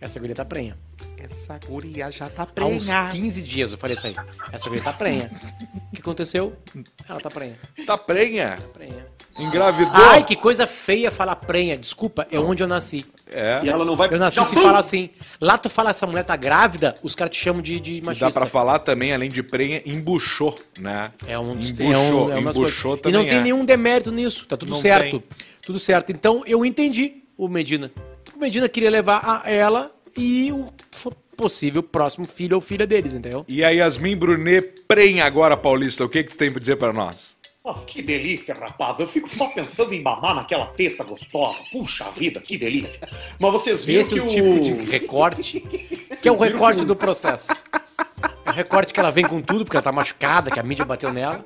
S3: Essa guria tá prenha.
S4: Essa guria já tá
S3: Há uns 15 dias eu falei isso aí. Essa guria tá prenha. O que aconteceu? Ela tá prenha.
S2: Tá prenha?
S3: prenha.
S2: Engravidou?
S3: Ai, que coisa feia falar prenha. Desculpa, é onde eu nasci.
S2: É.
S1: E ela não vai
S3: Eu nasci
S1: Não,
S3: se
S1: pum!
S3: falar assim. Lá tu fala essa mulher tá grávida, os caras te chamam de, de
S2: E dá
S3: machista.
S2: pra falar também, além de prenha, embuchou, né?
S3: É um dos é
S2: embuchou,
S3: um, é umas
S2: embuchou
S3: coisas. E
S2: também.
S3: não tem
S2: é.
S3: nenhum demérito nisso, tá tudo
S2: Não
S3: certo.
S2: tem.
S3: Tudo certo. Então eu entendi o Medina. O Medina queria levar a ela e o f- possível próximo filho ou filha deles, entendeu?
S2: E a Yasmin Brunet prenha agora, Paulista. O que, que tu tem pra dizer pra nós?
S1: Ah, que delícia, rapaz. Eu fico só pensando em mamar naquela testa gostosa. Puxa vida, que delícia. Mas vocês viram
S3: Esse
S1: que
S3: é o tipo de recorte que é o recorte do processo. É o recorte que ela vem com tudo, porque ela tá machucada, que a mídia bateu nela.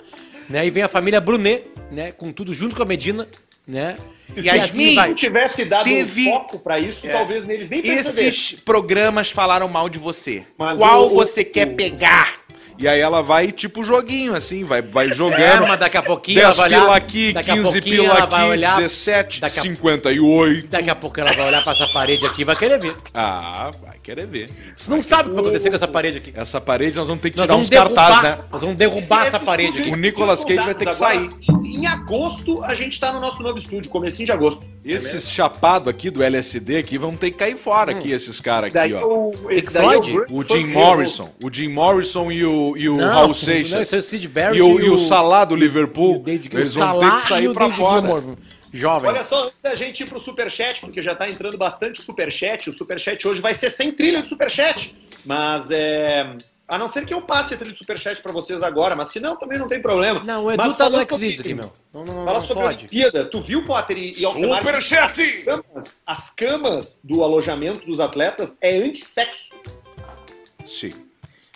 S3: Né? E vem a família Brunet, né? Com tudo junto com a Medina, né? E
S4: Yasmin,
S1: Se não tivesse dado
S4: Teve-
S1: um foco pra
S3: É.
S1: isso, talvez neles nem percebessem.
S4: Esses programas falaram mal de você.
S1: Mas
S4: Qual
S1: o-
S4: você
S1: o-
S4: quer pegar?
S2: E aí ela vai, tipo, joguinho, assim, vai, vai
S3: É,
S2: jogando.
S3: mas daqui a pouquinho
S2: 10
S3: ela vai
S2: pila
S3: olhar.
S2: aqui,
S3: daqui a
S2: 15
S3: pouquinho
S2: pila
S3: ela vai
S2: aqui,
S3: olhar,
S2: 17,
S3: daqui a-
S2: 58.
S3: Daqui a pouco ela vai olhar pra essa parede aqui e vai querer ver.
S2: Ah, vai querer ver.
S3: Você não sabe o que vai acontecer com essa parede aqui.
S2: Essa parede nós vamos ter que
S3: Nós
S2: tirar uns
S3: vamos derrubar,
S2: cartazes, né?
S3: nós vamos derrubar essa parede aqui.
S2: O Nicolas Cage vai ter que sair.
S1: Em, em agosto, a gente tá no nosso novo estúdio, comecinho de agosto.
S2: Esses chapados aqui do LSD aqui vão ter que cair fora aqui,
S3: Hum.
S2: esses caras aqui,
S1: Daí
S2: ó.
S1: o, esse
S3: Floyd?
S1: é
S2: O Jim Morrison. O Jim Morrison e o, e o
S3: Não,
S2: Hal
S3: não, esse é o
S2: Seixas.
S3: Sid Barrett
S2: e, o,
S3: e
S2: e o
S3: o-
S2: Salah do Liverpool.
S3: O David
S2: Eles
S3: o
S2: vão ter
S3: Salah
S2: que
S3: e
S2: sair
S3: o
S2: pra
S3: David
S2: fora.
S3: Gilmour, Jovem.
S1: Olha só, antes da gente ir pro superchat, porque já tá entrando bastante superchat, o superchat hoje vai ser sem trilha de superchat. Mas é. A não ser que eu passe a trilha de superchat pra vocês agora, mas se não, também não tem problema.
S3: Não, o Edu
S1: Mas
S3: tá no
S1: falando
S3: X-Videos aqui,
S1: sobre-
S3: meu. Não, não,
S1: Fala
S3: não
S1: sobre a
S3: fode.
S1: Olimpíada. Tu viu, Potter, e, e Alcemar, que
S2: Superchat!
S1: as camas, as camas do alojamento dos atletas é antissexo.
S2: Sim.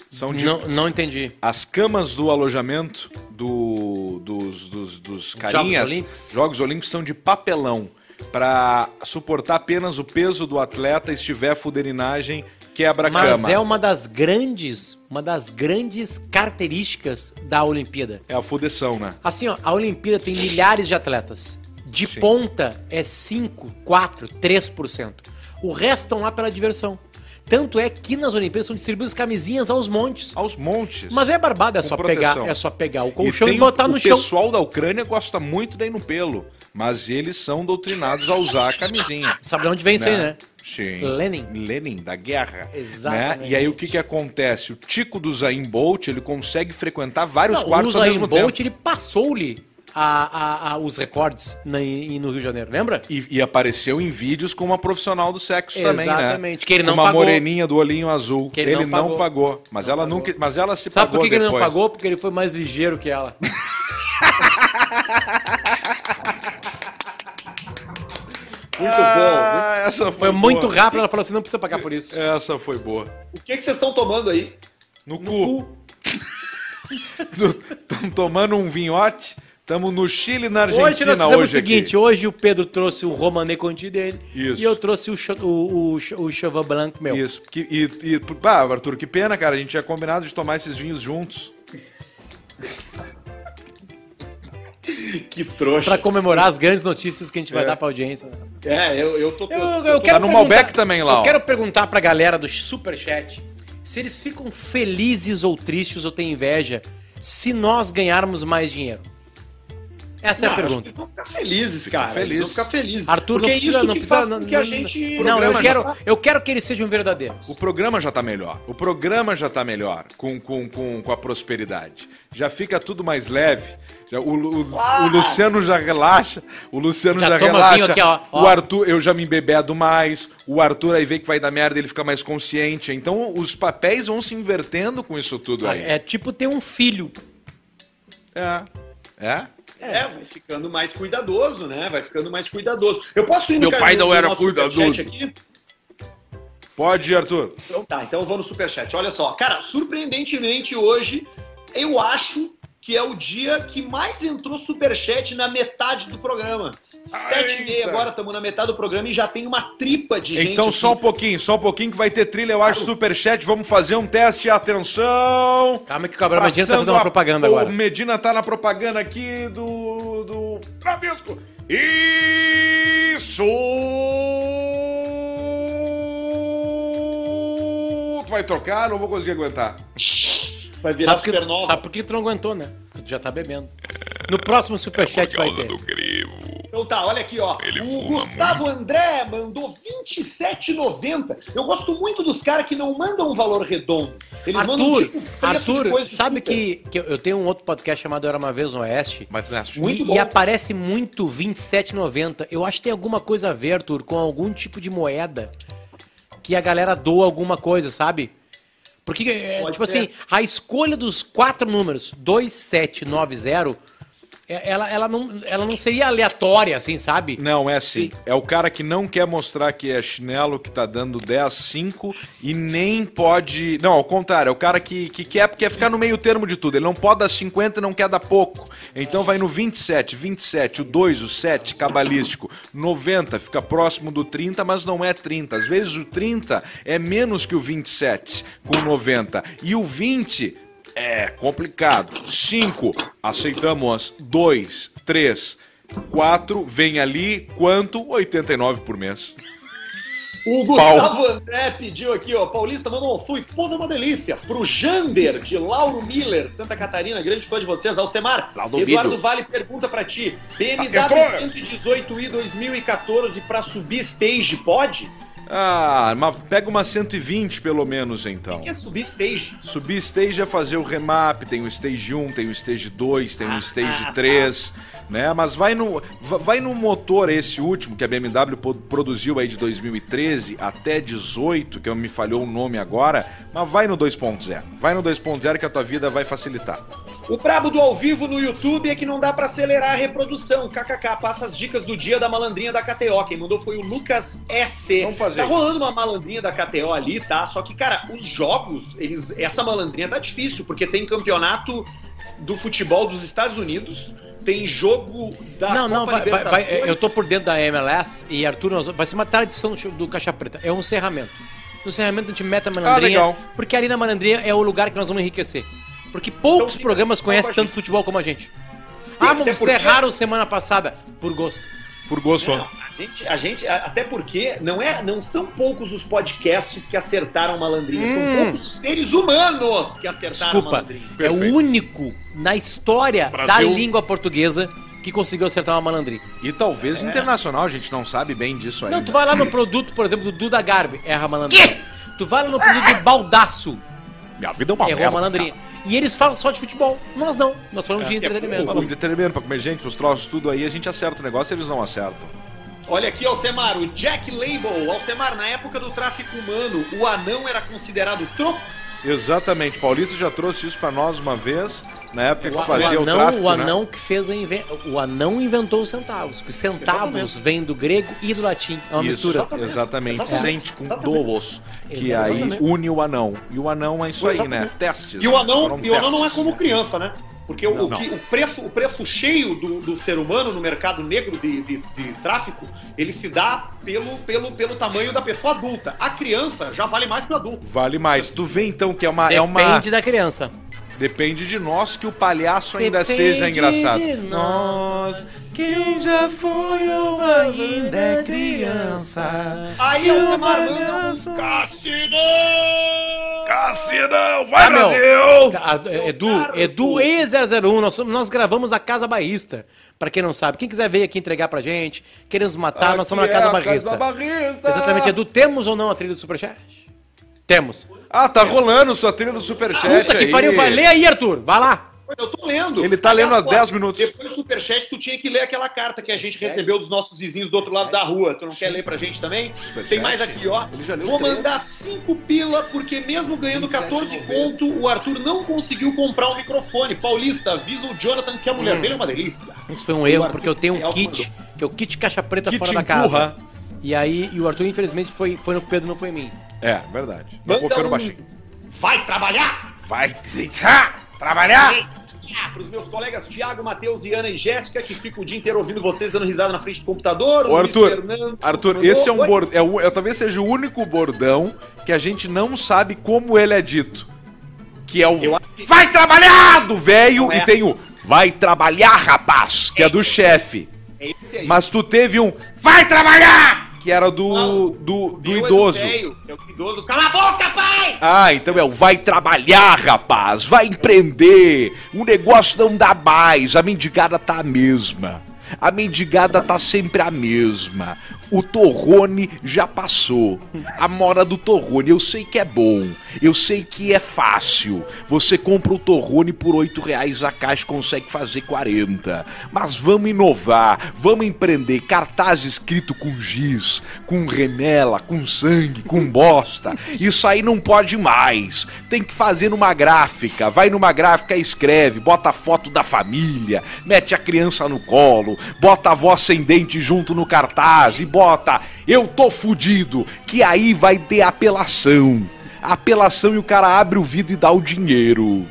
S2: São de...
S3: Não, não entendi.
S2: As camas do alojamento do- dos, dos, dos carinhas,
S3: Jogos Olímpicos.
S2: Jogos Olímpicos, são de papelão para suportar apenas o peso do atleta se tiver fuderinagem, quebra
S3: Mas
S2: cama.
S3: é uma das grandes, uma das grandes características da Olimpíada.
S2: É a fudeção, né?
S3: Assim, ó, a Olimpíada tem milhares de atletas. De
S2: Sim.
S3: ponta é 5, 4, 3%. O resto estão lá pela diversão. Tanto é que nas Olimpíadas são distribuídas camisinhas aos montes.
S2: Aos montes.
S3: Mas é barbada, é
S2: Com
S3: só
S2: proteção.
S3: pegar, é só pegar o colchão e,
S2: tem o-
S3: botar no chão.
S2: O pessoal da Ucrânia gosta muito daí no pelo, mas eles são doutrinados a usar a camisinha.
S3: Sabe de onde vem isso aí, né?
S2: Sim.
S3: Lenin.
S2: Lenin, da guerra.
S3: Exatamente.
S2: né? E aí o que que acontece? O Tico do Zayn Bolt, ele consegue frequentar vários
S3: Não,
S2: quartos
S3: o
S2: ao
S3: Usain
S2: mesmo tempo.
S3: Bolt, ele passou-lhe a- a- a- os recordes na- em- no Rio de Janeiro, lembra?
S2: E, e apareceu em vídeos com uma profissional do sexo também, né?
S3: Exatamente, que ele não
S2: uma
S3: pagou.
S2: moreninha do olhinho azul.
S3: Que
S2: ele, não, pagou. Mas
S3: Não
S2: ela
S3: pagou.
S2: nunca. Mas ela se
S3: Sabe por
S2: pagou
S3: que, que ele não
S2: depois.
S3: pagou? Porque ele foi mais ligeiro que ela.
S1: Muito bom.
S2: Ah, essa
S3: Foi
S2: foi
S3: muito
S2: boa.
S3: rápido, ela falou assim, não precisa pagar por isso.
S2: Essa foi boa.
S1: O que, que vocês estão tomando aí?
S2: No, cu. Estamos tomando um vinhote. Estamos no Chile e na Argentina
S3: hoje nós fizemos
S2: hoje
S3: o seguinte,
S2: aqui.
S3: hoje o Pedro trouxe o Romané Conti dele
S2: Isso.
S3: e eu trouxe o, Cha- o, o, Cha- o Chauvin Blanc meu.
S2: Isso. Que, e, e, ah, Arthur, que pena, cara. A gente tinha combinado de tomar esses vinhos juntos.
S1: Que trouxa.
S3: Pra comemorar as grandes notícias que a gente vai
S2: É.
S3: dar pra audiência. né?
S1: É, eu, eu tô.
S3: Eu, eu
S1: eu tô-
S2: Tá
S3: quero
S2: no
S3: perguntar-
S2: Malbec também lá, ó.
S3: Eu quero perguntar pra galera do Superchat se eles ficam felizes ou tristes ou têm inveja se nós ganharmos mais dinheiro. Essa é
S1: Não,
S3: a
S1: acho
S3: pergunta.
S1: que Eles vão ficar felizes,
S2: Fica
S1: cara.
S2: feliz.
S1: Eles vão ficar felizes.
S3: Arthur, não
S1: Porque é
S3: precisa,
S1: isso
S3: não
S1: que
S3: precisa,
S1: faz
S3: não,
S1: com que a
S3: não-
S1: gente.
S3: não, eu
S2: programa
S3: quero,
S1: já-
S3: eu quero que eles sejam verdadeiros.
S2: O programa já tá melhor. O programa já tá melhor com, com, com, com a prosperidade. Já fica tudo mais leve. Já- o, o- o Luciano já relaxa. O Luciano já,
S3: Já toma
S2: relaxa.
S3: vinho aqui, ó, ó.
S2: O Arthur, eu já me embebedo mais. O Arthur aí vê que vai dar merda, ele fica mais consciente. Então os papéis vão se invertendo com isso tudo aí.
S3: É tipo ter um filho.
S2: É. É?
S1: É, vai ficando mais cuidadoso, né? Vai ficando mais cuidadoso. Eu posso ir
S2: Meu pai
S1: caminho
S2: não
S1: do
S2: era
S1: nosso superchat
S2: cuidadoso.
S1: Aqui?
S2: Pode ir, Arthur.
S1: Então tá, então eu vou no superchat. Olha só, cara, surpreendentemente hoje, eu acho que é o dia que mais entrou superchat na metade do programa. Sete e meia
S2: Eita.
S1: agora, estamos na metade do programa e já tem uma tripa de gente.
S2: Então
S3: assim-
S1: aqui.
S2: só um pouquinho, só um pouquinho que vai ter trilha, eu acho, superchat. Vamos fazer um teste. Atenção!
S3: Calma que o Cabral Medina tá fazendo uma
S2: a-
S3: propaganda
S2: O
S3: agora.
S2: Medina tá na propaganda aqui do. do. Bradesco. Isso! Tu vai trocar? Não vou conseguir aguentar.
S1: Vai virar
S3: Sabe,
S1: supernova.
S3: que, sabe por que tu não aguentou, né? Porque tu já tá bebendo. No próximo Superchat vai ter.
S1: Então tá, olha aqui, ó. o Gustavo André mandou 27,90. Eu gosto muito dos caras que não mandam um valor redondo. Eles mandam
S3: Arthur,
S1: tipo preço de
S3: Arthur,
S1: coisa
S3: sabe
S1: super.
S3: que, que eu- eu tenho um outro podcast chamado Era Uma Vez no Oeste.
S4: Mas tu não assistiu?
S1: Muito
S3: E,
S1: bom.
S3: e aparece muito 27,90. Eu acho que tem alguma coisa a ver, Arthur, com algum tipo de moeda que a galera doa alguma coisa, sabe? Porque, é,
S1: Pode
S3: tipo
S1: ser.
S3: assim, a escolha dos quatro números, 2790, é- ela, ela, não, ela não seria aleatória, assim, sabe?
S2: Não, é assim. É o cara que não quer mostrar que é chinelo, que tá dando 10, 5 e nem pode. Não, ao contrário, é o cara que, que quer, quer ficar no meio termo de tudo. Ele não pode dar 50 e não quer dar pouco. Então vai no 27, 27, o 2, o 7, cabalístico. 90, fica próximo do 30, mas não é 30. Às vezes o 30 é menos que o 27 com 90. E o 20. É complicado. 5, aceitamos. 2, 3, 4, vem ali. Quanto? 89 por mês.
S1: O Gustavo André pediu aqui, ó. Paulista mandou um fui foda uma delícia. Pro Jander, de Lauro Miller, Santa Catarina, grande fã de vocês. Alcemar, Eduardo Vale pergunta pra ti. BMW
S2: entrou.
S1: 118i 2014 pra subir stage, pode?
S2: Ah, mas pega uma 120 pelo menos então.
S1: O que é subir stage?
S2: Subir stage é fazer o remap, tem o stage 1, tem o stage 2, tem o stage 3, né? Mas vai no, va- vai no motor esse último que a BMW po- produziu aí de 2013 até 18, que eu me falhou o nome agora, mas vai no 2.0. Vai no 2.0 que a tua vida vai facilitar.
S1: O brabo do ao vivo no YouTube é que não dá pra acelerar a reprodução. KKK, passa as dicas do dia da malandrinha da KTO. Quem mandou foi o Lucas SC.
S2: Vamos fazer.
S1: Tá rolando uma malandrinha da KTO ali, tá? Só que, cara, os jogos, eles, essa malandrinha tá difícil, porque tem campeonato do futebol dos Estados Unidos, tem jogo da
S3: Não,
S1: Copa
S3: não, vai, vai- vai-
S1: Libertadores.
S3: eu tô por dentro da MLS e Arthur, nós- vai ser uma tradição do show- do Caixa Preta. É um encerramento. No encerramento a gente mete a malandrinha.
S2: Ah, legal.
S3: Porque ali na malandrinha é o lugar que nós vamos enriquecer. Porque poucos
S1: fica
S3: programas
S1: só
S3: conhecem
S1: com a
S3: tanto
S1: gente.
S3: futebol como a gente.
S1: até
S3: Ah, mas
S1: porque-
S3: vocês erraram semana passada. Por gosto.
S2: Por gosto.
S1: Não, a gente, a gente- a- até porque não, é, não são poucos os podcasts que acertaram malandrinha,
S3: Hum.
S1: são poucos seres humanos que acertaram
S3: Desculpa.
S1: malandrinha.
S3: É
S2: Perfeito.
S3: o único na história da
S2: Brasil.
S3: língua portuguesa que conseguiu acertar uma malandrinha.
S2: E talvez internacional, a gente não sabe bem disso ainda.
S3: É. Não, tu vai lá no produto, por exemplo, do Duda Garbi, erra a malandrinha. Tu vai lá no produto do Baldaço,
S2: Minha vida é uma
S3: errou a malandrinha. tá. É, E eles falam só de futebol. Nós não. Nós falamos de entretenimento.
S2: Falamos de tremendo pra comer gente, os troços, tudo aí, a gente acerta o negócio e eles não acertam.
S1: Olha aqui, Alcemar, o Jack Label. Alcemar, na época do tráfico humano, o anão era considerado troco.
S2: Exatamente, Paulista já trouxe isso pra nós uma vez, na época
S3: O,
S2: que
S3: a-
S2: fazia
S3: o né?
S2: o,
S3: anão,
S2: tráfico, né?
S3: o anão que fez a inven... o anão inventou os centavos. Os centavos vêm do grego e do latim. É uma
S2: Isso,
S3: mistura.
S2: Exatamente,
S1: Exatamente.
S2: sente com dolos, que aí
S3: Exatamente.
S2: une o anão. E o anão é isso aí, né? Testes.
S1: E o anão,
S2: Foram
S1: e o anão não é
S2: testes,
S1: como
S2: né?
S1: criança, né? Porque o-
S2: Não,
S1: o,
S2: não.
S1: que- o preço, o preço cheio do, do ser humano no mercado negro de, de- de tráfico, ele se dá pelo, pelo, pelo tamanho da pessoa adulta. A criança já vale mais que o adulto.
S2: Vale mais. Tu vê então que é uma.
S3: Depende
S2: é uma...
S3: da criança.
S2: Depende de nós que o palhaço ainda
S3: Depende
S2: seja engraçado.
S3: de nós,
S2: quem já foi ou
S3: ainda é criança.
S1: Aí
S2: Eu
S1: Alcemar manda
S2: palhaço.
S1: um Cassidão!
S2: Cassidão, vai
S3: Ah, meu.
S2: Brasil!
S3: Tá, ah, Edu, Edu E001, nós, somos- nós gravamos na Casa Barrista. Pra quem não sabe, quem quiser veio aqui entregar pra gente, querendo nos matar, Tá, nós estamos na
S2: Aqui é
S3: Casa
S2: a
S3: Barrista.
S2: Casa Barrista.
S3: Exatamente, Edu, temos ou não a trilha do Superchat? Temos.
S2: Ah, tá rolando sua trilha do Superchat
S3: Puta
S2: aí.
S3: que pariu, vai ler aí, Arthur. Vai lá.
S1: Eu tô lendo.
S2: Ele tá lendo há
S1: Aliás,
S2: 10 minutos.
S1: Depois do superchat, tu tinha que ler aquela carta que a gente recebeu dos nossos vizinhos do outro lado da rua. Tu não quer ler pra gente também?
S2: Superchat.
S1: Tem mais aqui, ó.
S2: Ele já leu
S1: Vou
S2: três.
S1: mandar 5 pila, porque mesmo ganhando 14 conto, o Arthur não conseguiu comprar o microfone. Paulista, avisa o Jonathan que a mulher
S2: Hum.
S1: dele é uma delícia.
S3: Isso foi um
S1: O
S3: erro,
S1: Arthur
S3: porque eu tenho um
S1: Real
S3: kit, que é o kit caixa preta
S2: Kit
S3: fora da
S2: empurra.
S3: casa. E aí, e o Arthur, infelizmente, foi, foi no Pedro, não foi em mim.
S2: É, verdade. Não confio no
S1: um
S2: baixinho.
S1: Vai trabalhar!
S2: Vai deitar, trabalhar.
S1: Ah, pros meus colegas Thiago, Matheus, Iana e Jéssica, que ficam o dia inteiro ouvindo vocês dando risada na frente do computador.
S2: Ô,
S1: Luiz
S2: Arthur,
S1: Fernando
S2: Arthur,
S1: mandou-
S2: esse é um
S1: Oi?
S2: bordão. É, o- é, talvez seja o único bordão que a gente não sabe como ele é dito. Que é o
S1: Eu acho que-
S2: Vai trabalhar do velho
S1: Não é.
S2: e tem o Vai trabalhar, rapaz, que é do chefe.
S1: É esse aí.
S2: Mas tu teve um Vai trabalhar! Que era do, do, do
S1: Meu é
S2: idoso.
S1: velho, É o idoso. Cala a boca, pai!
S2: Ah, então é o vai trabalhar, rapaz, vai empreender. O negócio não dá mais, a mendigada tá a mesma. A mendigada tá sempre a mesma. O torrone já passou. A mora do torrone, eu sei que é bom. Eu sei que é fácil. Você compra o torrone por 8 reais a caixa e consegue fazer 40. Mas vamos inovar, vamos empreender. Cartaz escrito com giz, com remela, com sangue, com bosta. Isso aí não pode mais. Tem que fazer numa gráfica. Vai numa gráfica, e escreve, bota a foto da família, mete a criança no colo, bota a voz sem dente junto no cartaz e bota eu tô fudido, que aí vai ter apelação. Apelação e o cara abre o vidro e dá o dinheiro.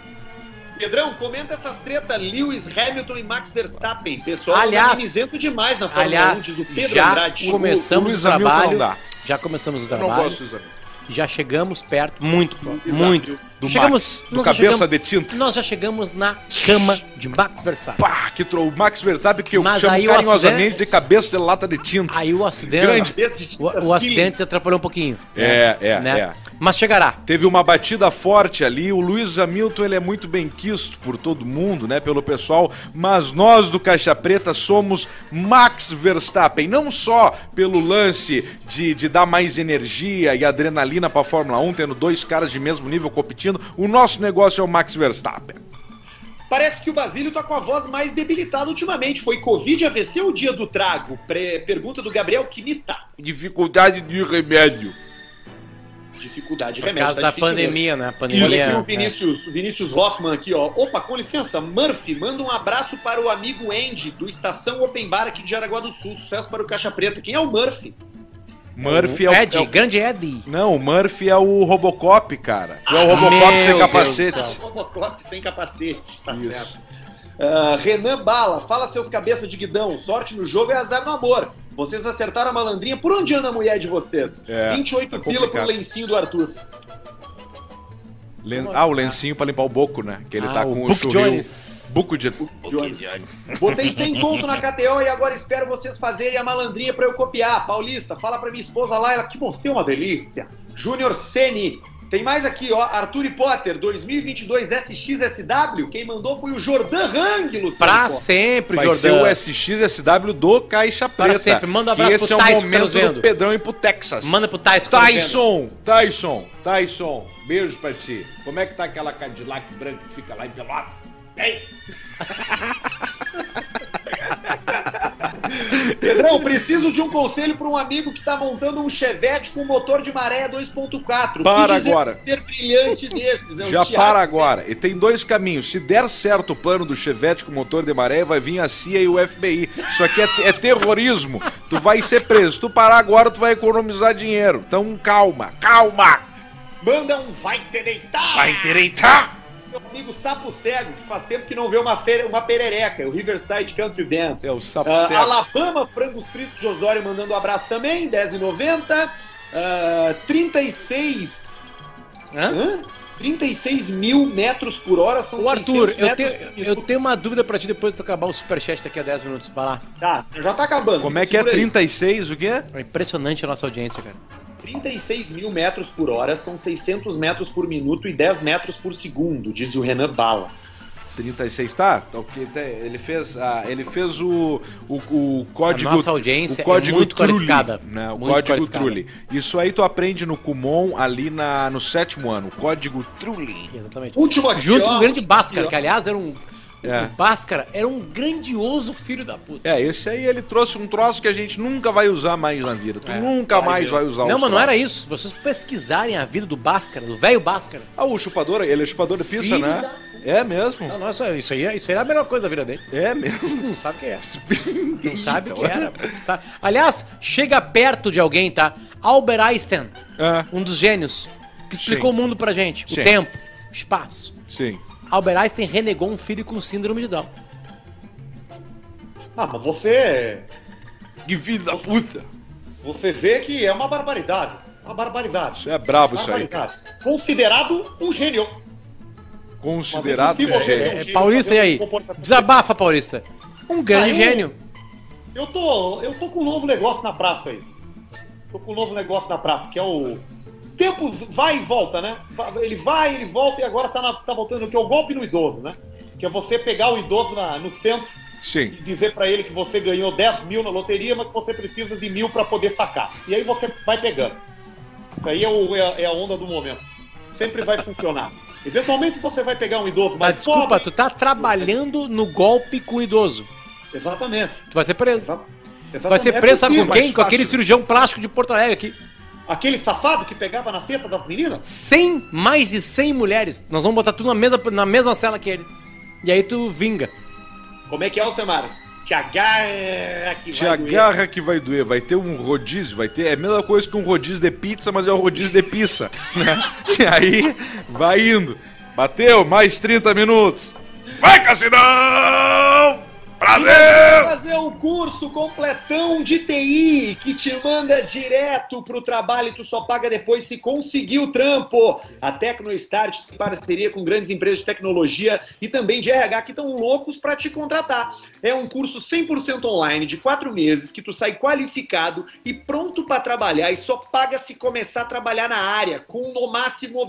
S1: Pedrão, comenta essas treta Lewis Hamilton e Max Verstappen. Pessoal,
S3: Aliás-
S1: isento demais na Fórmula
S3: Aliás,
S1: 1, diz o Pedro
S3: já
S1: Andrade. Tipo,
S3: começamos o,
S2: Luiz Hamilton
S3: trabalho.
S2: não dá.
S3: Já começamos o
S2: Eu não
S3: trabalho.
S2: gosto disso.
S3: Já chegamos perto, muito, pro-
S1: Exato.
S3: muito.
S2: Do
S3: chegamos,
S2: Max, do
S3: nós já
S2: cabeça
S3: chegamos-
S2: de tinta.
S3: Nós já chegamos na cama de Max Verstappen.
S2: Pá, que trou... O Max Verstappen que eu
S3: Mas
S2: chamo
S3: aí o
S2: carinhosamente
S3: acidente-
S2: de cabeça de lata de tinta.
S3: Aí o acidente,
S2: Grande.
S1: Cabeça de
S3: o, o acidente se atrapalhou um pouquinho.
S2: É, é,
S3: né?
S2: é.
S3: mas chegará.
S2: Teve uma batida forte ali. O Luiz Hamilton ele é muito bem quisto por todo mundo, né? Pelo pessoal. Mas nós do Caixa Preta somos Max Verstappen. Não só pelo lance de, de dar mais energia e adrenalina pra Fórmula 1, tendo dois caras de mesmo nível competindo. O nosso negócio é o Max Verstappen.
S1: Parece que o Basílio tá com a voz mais debilitada ultimamente. Foi Covid, AVC ou dia do trago? Pre- Pergunta do Gabriel Kimita.
S2: Dificuldade de remédio.
S1: Dificuldade de
S2: é
S3: Por
S1: remédio.
S3: causa
S1: tá
S3: da
S1: difícil mesmo.
S3: pandemia, né? A
S1: Olha aqui o
S3: pandemia. é.
S1: Vinícius, Vinícius Hoffman aqui, ó. Opa, com licença, Murphy, manda um abraço para o amigo Andy, do Estação Open Bar aqui de Jaraguá do Sul. Sucesso para o Caixa Preta. Quem é o Murphy?
S2: Murphy é o.
S3: um Ed,
S2: é o-
S3: grande Ed.
S2: Não, o Murphy é o Robocop, cara. É o Robocop
S3: Ah, meu
S2: sem
S3: Deus
S2: capacete.
S3: do céu.
S1: Ah, Robocop sem capacete, tá
S2: Isso.
S1: certo. Ah, Renan Bala, fala seus cabeças de guidão. Sorte no jogo é azar no amor. Vocês acertaram a malandrinha. Por onde anda a mulher de vocês?
S2: É,
S1: 28
S2: tá
S1: pila pro
S2: complicado.
S1: lencinho do Arthur.
S2: Len- Ah, o lencinho pra limpar o boco, né? Que ele
S3: Ah,
S2: tá
S3: o
S2: com
S3: Book
S2: churril-
S3: Jones.
S2: Buco Um de...
S1: Jones. Botei 100 conto na KTO e agora espero vocês fazerem a malandrinha pra eu copiar. Paulista, fala pra minha esposa Laila que você é uma delícia. Júnior Seni. Tem mais aqui, ó. Arthur e Potter, 2022 SXSW. Quem mandou foi o Jordan Hang, Luciano.
S3: Pra
S1: Potter.
S3: sempre,
S2: Vai ser o
S3: Jordão.
S2: SXSW do Caixa Preta.
S3: Para sempre. Manda um
S2: que
S3: abraço
S2: esse é
S3: pro
S2: o
S3: Tyson que tá
S2: momento
S3: nos vendo.
S2: do Pedrão ir pro Texas.
S3: Manda um pro Tyson.
S2: Tá Tyson, Tyson, Tyson, beijo pra ti. Como é que tá aquela Cadillac branca que fica lá em Pelotas? Bem,
S1: Pedrão, preciso de um conselho pra um amigo que tá montando um Chevette com motor de maré 2.4.
S2: Para
S1: Que dizer
S2: agora.
S1: Ser brilhante desses. É o
S2: já
S1: Thiago.
S2: para agora. E tem dois caminhos. Se der certo o plano do Chevette com motor de maré, vai vir a CIA e o FBI. Isso aqui é, te- é terrorismo. Tu vai ser preso. Se tu parar agora, tu vai economizar dinheiro. Então calma, calma.
S1: Manda um vai te deitar.
S4: Vai endireitar!
S1: Meu amigo Sapo Cego, que faz tempo que não vê uma, feira, uma perereca, é o Riverside Country Dance.
S2: É o sapo
S1: Ah,
S2: cego.
S1: Alabama, frangos fritos de Osório mandando um abraço também, 10,90. Ah, 36.
S3: Hã?
S1: Hã? 36 mil metros por hora são
S3: O Arthur,
S1: 600
S3: eu
S1: metros
S3: tenho,
S1: por
S3: eu tenho uma dúvida pra ti depois de tu acabar o superchat daqui a 10 minutos. Vai lá.
S1: Tá, já tá acabando.
S2: Como é que é
S1: Segura aí.
S2: 36? O quê?
S3: É impressionante a nossa audiência, cara.
S1: 36 mil metros por hora são 600 metros por minuto e 10 metros por segundo, diz o Renan Bala.
S2: 36, tá? Tá, ok, tá, Ele fez, a- ele fez o, o, o código.
S3: A nossa audiência
S2: o código
S3: é muito
S2: Trulli,
S3: qualificada.
S2: Né? O
S3: Muito
S2: código
S3: qualificada.
S2: Trulli. Isso aí tu aprende no Kumon ali na, no sétimo ano. O código Trulli.
S3: Exatamente.
S1: Último aqui,
S3: Junto
S1: ó.
S3: com o grande Bhaskara,
S1: Ó.
S3: que aliás era um.
S2: É.
S3: O Bhaskara era um grandioso filho da puta.
S2: É, esse aí ele trouxe um troço que a gente nunca vai usar mais na vida. Tu
S3: É,
S2: nunca mais vai usar
S3: Não,
S2: os
S3: mas não era
S2: troços.
S3: isso. Vocês pesquisarem a vida do Bhaskara, do velho Bhaskara.
S2: Ah, o chupador, ele é chupador de pizza,
S3: Filho
S2: né?
S3: da
S2: É mesmo?
S3: Não, não, isso aí, isso aí é- isso aí era a melhor coisa da vida dele.
S2: É mesmo.
S3: Não sabe quem é. Não sabe
S2: Então.
S3: quem era. pô. Sabe? Aliás, chega perto de alguém, tá? Albert Einstein,
S2: Ah,
S3: um dos gênios, que explicou o mundo pra gente.
S2: Sim.
S3: O tempo, o espaço.
S2: É, sim.
S3: Albert Einstein renegou um filho com síndrome de Down.
S1: Ah, mas você.
S2: Que vida puta.
S1: Você vê que é uma barbaridade. Uma barbaridade.
S2: Isso é brabo isso aí.
S1: barbaridade. Considerado um gênio.
S2: Considerado
S1: Se você
S2: gênio.
S1: é um
S3: É,
S1: gênio,
S3: Paulista, e
S1: fazer um
S3: aí?
S1: comportamento-
S3: Desabafa, Paulista. Um grande
S1: Aí,
S3: gênio.
S1: Eu tô, eu tô com um novo negócio na praça aí. Tô com um novo negócio na praça, que é o. Tempo vai e volta, né? Va- Ele vai, ele volta e agora tá, na- tá voltando, que é o golpe no idoso, né? Que é você pegar o idoso na- no centro e
S3: É.
S2: Sim.
S1: dizer pra ele que você ganhou 10 mil na loteria, mas que você precisa de mil pra poder sacar. E aí você vai pegando. Isso aí é, o- é a- é a onda do momento. Sempre vai funcionar. Eventualmente você vai pegar um idoso
S3: Tá,
S1: mais
S3: desculpa,
S1: pobre-
S3: tu tá trabalhando no golpe com o idoso.
S1: Exatamente.
S3: Tu vai ser preso.
S1: Exa-
S3: Tu vai ser preso, sabe com
S1: Exatamente. É
S3: quem? Com aquele
S2: fácil.
S3: cirurgião plástico de Porto Alegre aqui.
S1: Aquele safado que pegava na teta das meninas?
S3: 100, mais de 100 mulheres. Nós vamos botar tudo na mesma, na mesma cela que ele. E aí tu vinga.
S1: Como é que é, Alcemar? Te agarra que
S2: Te
S1: é vai doer.
S2: agarra que vai doer, vai ter um rodízio, vai ter. É a mesma coisa que um rodízio de pizza, mas é o rodízio de pizza. Né? E aí, vai indo. Bateu, mais 30 minutos. Vai, Cassinão! Pra Brasil!
S1: Fazer um curso completão de TI que te manda direto pro trabalho e tu só paga depois se conseguir o trampo. A Tecnostart tem parceria com grandes empresas de tecnologia e também de RH que estão loucos para te contratar. É um curso 100% online de quatro meses que tu sai qualificado e pronto para trabalhar e só paga se começar a trabalhar na área com no máximo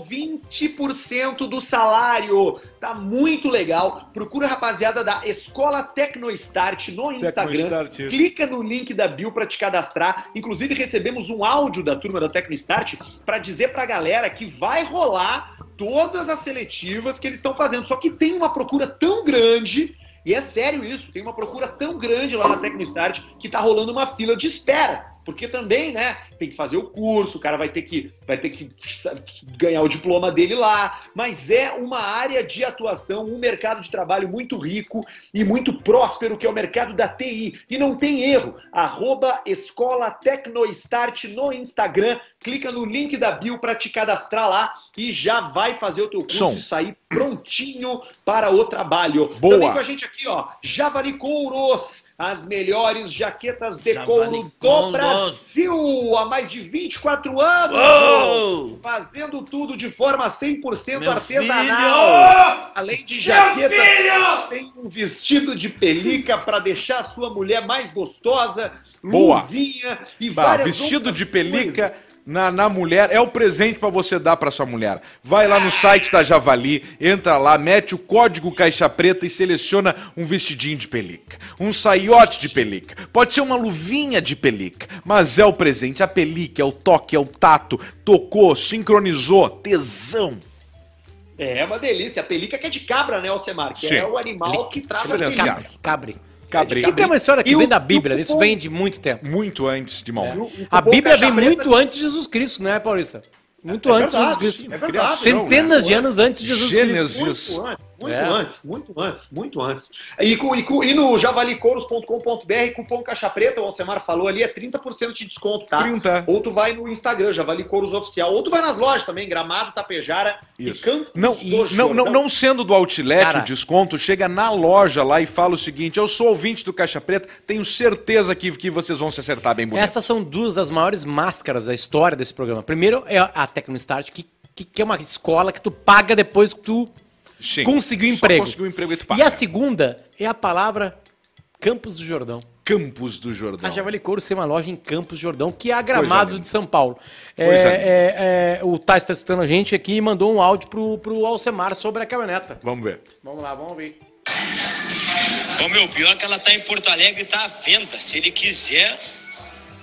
S1: 20% do salário. Tá muito legal. Procura a rapaziada da Escola Tecnostart no Instagram.
S2: Tecnostart.
S1: Clica no link da bio para te cadastrar. Inclusive recebemos um áudio da turma da Tecnostart para dizer pra galera que vai rolar todas as seletivas que eles estão fazendo. Só que tem uma procura tão grande e é sério isso, tem uma procura tão grande lá na Tecnostart que tá rolando uma fila de espera. Porque também, né, tem que fazer o curso, o cara vai ter que vai ter que sabe, ganhar o diploma dele lá, mas é uma área de atuação, um mercado de trabalho muito rico e muito próspero que é o mercado da TI. E não tem erro. Arroba Escola Tecnostart no Instagram, clica no link da bio para te cadastrar lá e já vai fazer o teu curso
S2: Som.
S1: e sair prontinho para o trabalho.
S2: Boa.
S1: Também com a gente aqui, ó, Javali Couros, as melhores jaquetas de couro
S5: Javali
S1: do
S5: Couros.
S1: Brasil há mais de 24 anos.
S5: Uou!
S1: Fazendo tudo de forma 100%
S5: Meu
S1: artesanal. Além de jaqueta, tem um vestido de pelica para deixar a sua mulher mais gostosa,
S2: Boa.
S1: luvinha e
S2: Bah,
S1: várias
S2: vestido
S1: outras
S2: de pelica
S1: coisas.
S2: na, na mulher é o presente pra você dar pra sua mulher. Vai lá no site da Javali, entra lá, mete o código caixa preta e seleciona um vestidinho de pelica, um saiote de pelica, pode ser uma luvinha de pelica, mas é o presente, a pelica, é o toque, é o tato, tocou, sincronizou, tesão.
S1: É uma delícia. A pelica que é de cabra, né, Alcemar? Que
S2: Sim.
S1: é o animal que trava a pelica.
S2: Diferenciado.
S3: Cabre.
S2: Cabrei.
S3: Que tem uma história que
S1: E o-
S3: vem da
S1: e
S3: Bíblia,
S1: o
S3: isso
S1: cupom-
S3: vem de muito tempo.
S2: Muito antes de Maomé.
S3: A Bíblia vem
S1: Caixa Preta-
S3: muito antes de Jesus Cristo, né, Paulista? Muito
S1: É
S3: antes de Jesus
S1: verdade,
S3: Cristo.
S1: é verdade.
S3: Centenas de anos antes de Jesus
S2: né? Gênesis.
S3: Cristo.
S2: Jesus.
S1: Muito antes, muito
S3: É.
S1: antes, muito antes, muito antes. E, cu- e cu- e no javalicouros.com.br, cupom caixa preta, o Alcemar falou ali, é 30% de desconto, tá?
S2: 30.
S1: Ou tu vai no Instagram, Javali Couros Oficial, ou tu vai nas lojas também, Gramado, Tapejara
S2: Isso.
S1: e Campos
S2: Não,
S1: do
S2: e- não, não,
S1: Jordão.
S2: não sendo do Outlet
S3: Cara.
S2: o desconto, chega na loja lá e fala o seguinte: eu sou ouvinte do Caixa Preta, tenho certeza que, que vocês vão se acertar bem bonito.
S3: Essas são duas das maiores máscaras da história desse programa. Primeiro é a Tecnostart, que, que, que é uma escola que tu paga depois que tu
S2: Sim.
S3: conseguiu
S2: Só
S3: emprego.
S2: Conseguiu emprego e tu
S3: E
S2: paga.
S3: a segunda é a palavra Campos do Jordão. Ah,
S2: Campos do Jordão.
S3: A Javali Couros tem uma loja em Campos do Jordão, que é a Gramado
S2: linda.
S3: de São Paulo. É,
S2: Coisa linda.
S3: é, é, o Tais está escutando a gente aqui e mandou um áudio pro, pro Alcemar sobre a caminhoneta.
S2: Vamos ver.
S3: Vamos lá, vamos ver.
S6: Ô meu, pior que ela tá em Porto Alegre e tá à venda. Se ele quiser,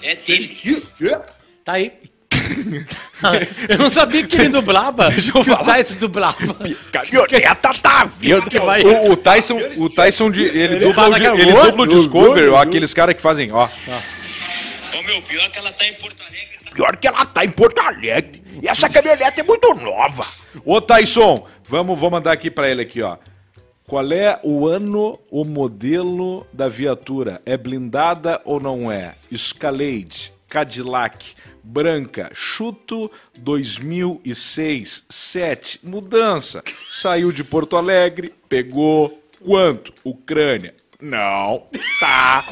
S6: é dele.
S3: Tá aí. eu não sabia que ele dublava. Deixa
S2: eu
S3: que o
S2: falar.
S3: Tais dublava.
S2: Caminhoneta tá vindo.
S3: Que vai-
S2: O, o Tyson, o Tyson de, ele, dubla,
S3: fala é
S2: o di-
S3: aquela-
S2: ele dubla o
S3: Uou,
S2: Discovery,
S3: uou,
S2: ó,
S3: uou.
S2: aqueles caras que fazem, ó.
S6: Ô meu, pior que ela tá em Porto Alegre. tá-
S2: Pior que ela tá em Porto Alegre. E essa caminhonete é muito nova. Ô, Tyson, vamos, vou mandar aqui pra ele aqui, ó. Qual é o ano, o modelo da viatura? É blindada ou não é? Escalade, Cadillac, branca, chuto 2006, 7, mudança. Saiu de Porto Alegre, pegou quanto? Ucrânia. Não, tá.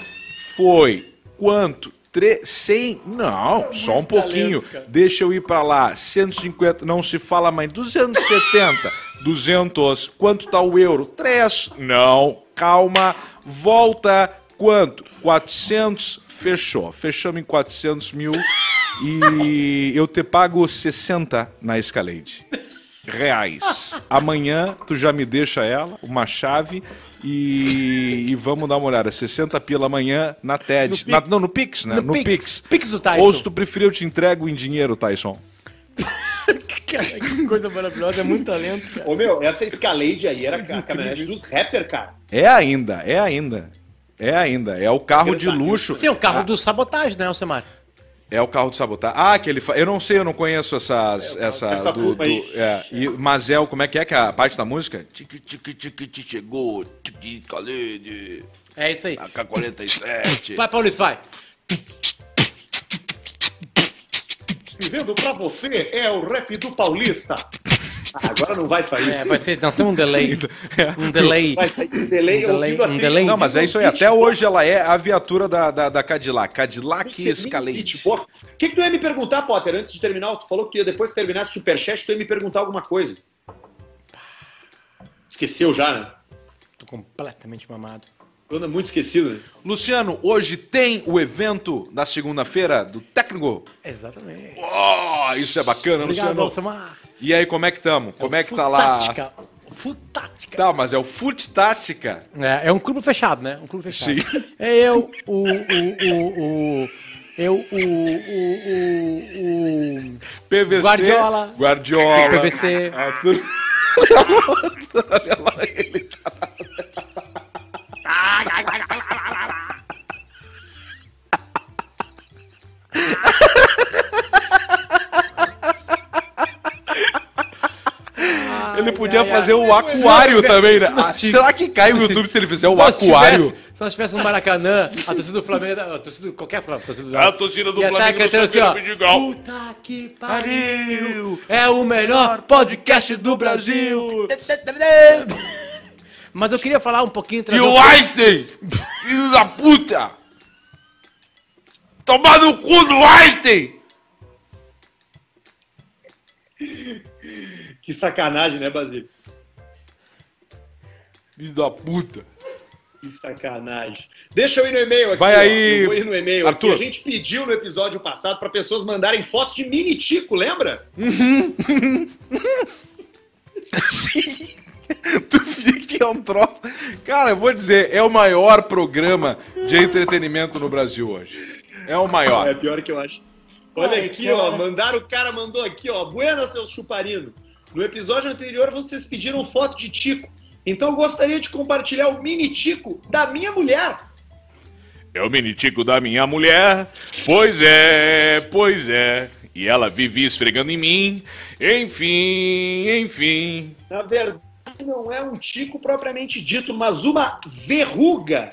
S2: Foi quanto? Tre 100? Não, só um pouquinho. Deixa eu ir pra lá. 150, não se fala mais. 270, 200. Quanto tá o euro? 3. Não, calma. Volta. Quanto? 400. Fechou. Fechamos em 400 mil. E eu te pago 60 na Escalade. Reais. Amanhã tu já me deixa ela, uma chave, e, e vamos dar uma olhada. 60 pila amanhã na TED. Na- não, no Pix, né? No,
S3: No Pix.
S2: Pix.
S3: Pix do Tyson.
S2: Ou se tu preferir, eu te entrego em dinheiro, Tyson.
S3: Cara, que coisa maravilhosa, é muito talento. cara.
S1: Ô meu, essa Escalade aí era a caminhonete dos rapper, cara.
S2: É ainda, é ainda. É ainda. É o carro de luxo.
S3: Sim, é o carro
S2: Ah,
S3: do sabotagem, né, Alcemar?
S2: É o carro de sabotagem. Ah, que ele fa... Eu não sei, eu não conheço essas.
S3: É,
S2: essa.
S1: dessa
S2: do,
S1: turma aí.
S2: do- é, e- mas é o. Como é que é que é a parte da música?
S5: Tique, tique, tique, tique, chegou. Tique, escalede.
S3: É isso aí.
S5: AK-47.
S3: Vai, Paulista, vai.
S1: Vivendo pra você é o rap do paulista. Ah, agora não vai sair.
S3: É, vai ser, nós temos um delay. Um delay.
S1: Vai sair um delay,
S3: Um delay,
S1: ouvindo a
S3: um
S1: trilha.
S3: delay.
S2: Não, mas é isso aí. Até hoje ela é a viatura da, da, da Cadillac. Cadillac Escalade.
S3: tipo,
S1: Beatbox. O que, que tu ia me perguntar, Potter, antes de terminar? Tu falou que depois que terminasse o Superchat, tu ia me perguntar alguma coisa. Esqueceu já, né?
S3: Tô completamente mamado.
S1: Tu anda muito esquecido, né?
S2: Luciano, hoje tem o evento na segunda-feira do técnico.
S3: Exatamente.
S2: Oh, isso é bacana,
S3: Obrigado,
S2: Luciano.
S3: Alcemar.
S2: E aí, como é que tamo? Como é que tá lá?
S3: Futática. Futática.
S2: Tá, mas é o Fute Tática.
S3: É, é um clube fechado, né? Um clube fechado.
S2: Sim.
S3: É eu, o. o, o, o eu, o. o, o, o
S2: PVC.
S3: Guardiola.
S2: Guardiola.
S3: PVC.
S2: Arthur. Ele podia fazer o aquário também, né? Ah, Será que cai no YouTube se ele fizer o
S3: nós
S2: aquário?
S3: tivesse- se nós estivéssemos no Maracanã, a torcida do Flamengo. A torcida, qualquer Flamengo, a torcida do
S5: A torcida do
S3: ia estar
S5: Flamengo
S3: cantando
S5: não
S3: assim,
S5: sabia
S3: ó.
S5: Mendigal.
S3: Puta que pariu! É o melhor podcast do Brasil! Mas eu queria falar um pouquinho.
S5: E
S3: trazer
S5: o
S3: um-
S5: Einstein! Filho da puta! Tomar no cu do Einstein!
S1: Que sacanagem, né, Basílio?
S2: Filho da puta.
S1: Que sacanagem. Deixa eu ir no e-mail aqui.
S2: Vai
S1: ó.
S2: aí,
S1: Eu vou ir no e-mail aqui.
S2: Arthur.
S1: A gente pediu no episódio passado para pessoas mandarem fotos de mini tico, lembra?
S2: Tu vê que é um troço. Cara, eu vou dizer, é o maior programa de entretenimento no Brasil hoje. É o
S1: É
S2: maior.
S1: pior que eu acho. Olha
S3: Ai,
S1: aqui,
S3: cara.
S1: ó. Mandaram, o cara mandou aqui, ó. Buena, seus chuparino. No episódio anterior, vocês pediram foto de tico. Então, eu gostaria de compartilhar o mini tico da minha mulher.
S5: É o minitico da minha mulher. Pois é, pois é. E ela vive esfregando em mim. Enfim, enfim.
S1: Na verdade, não é um tico propriamente dito, mas uma verruga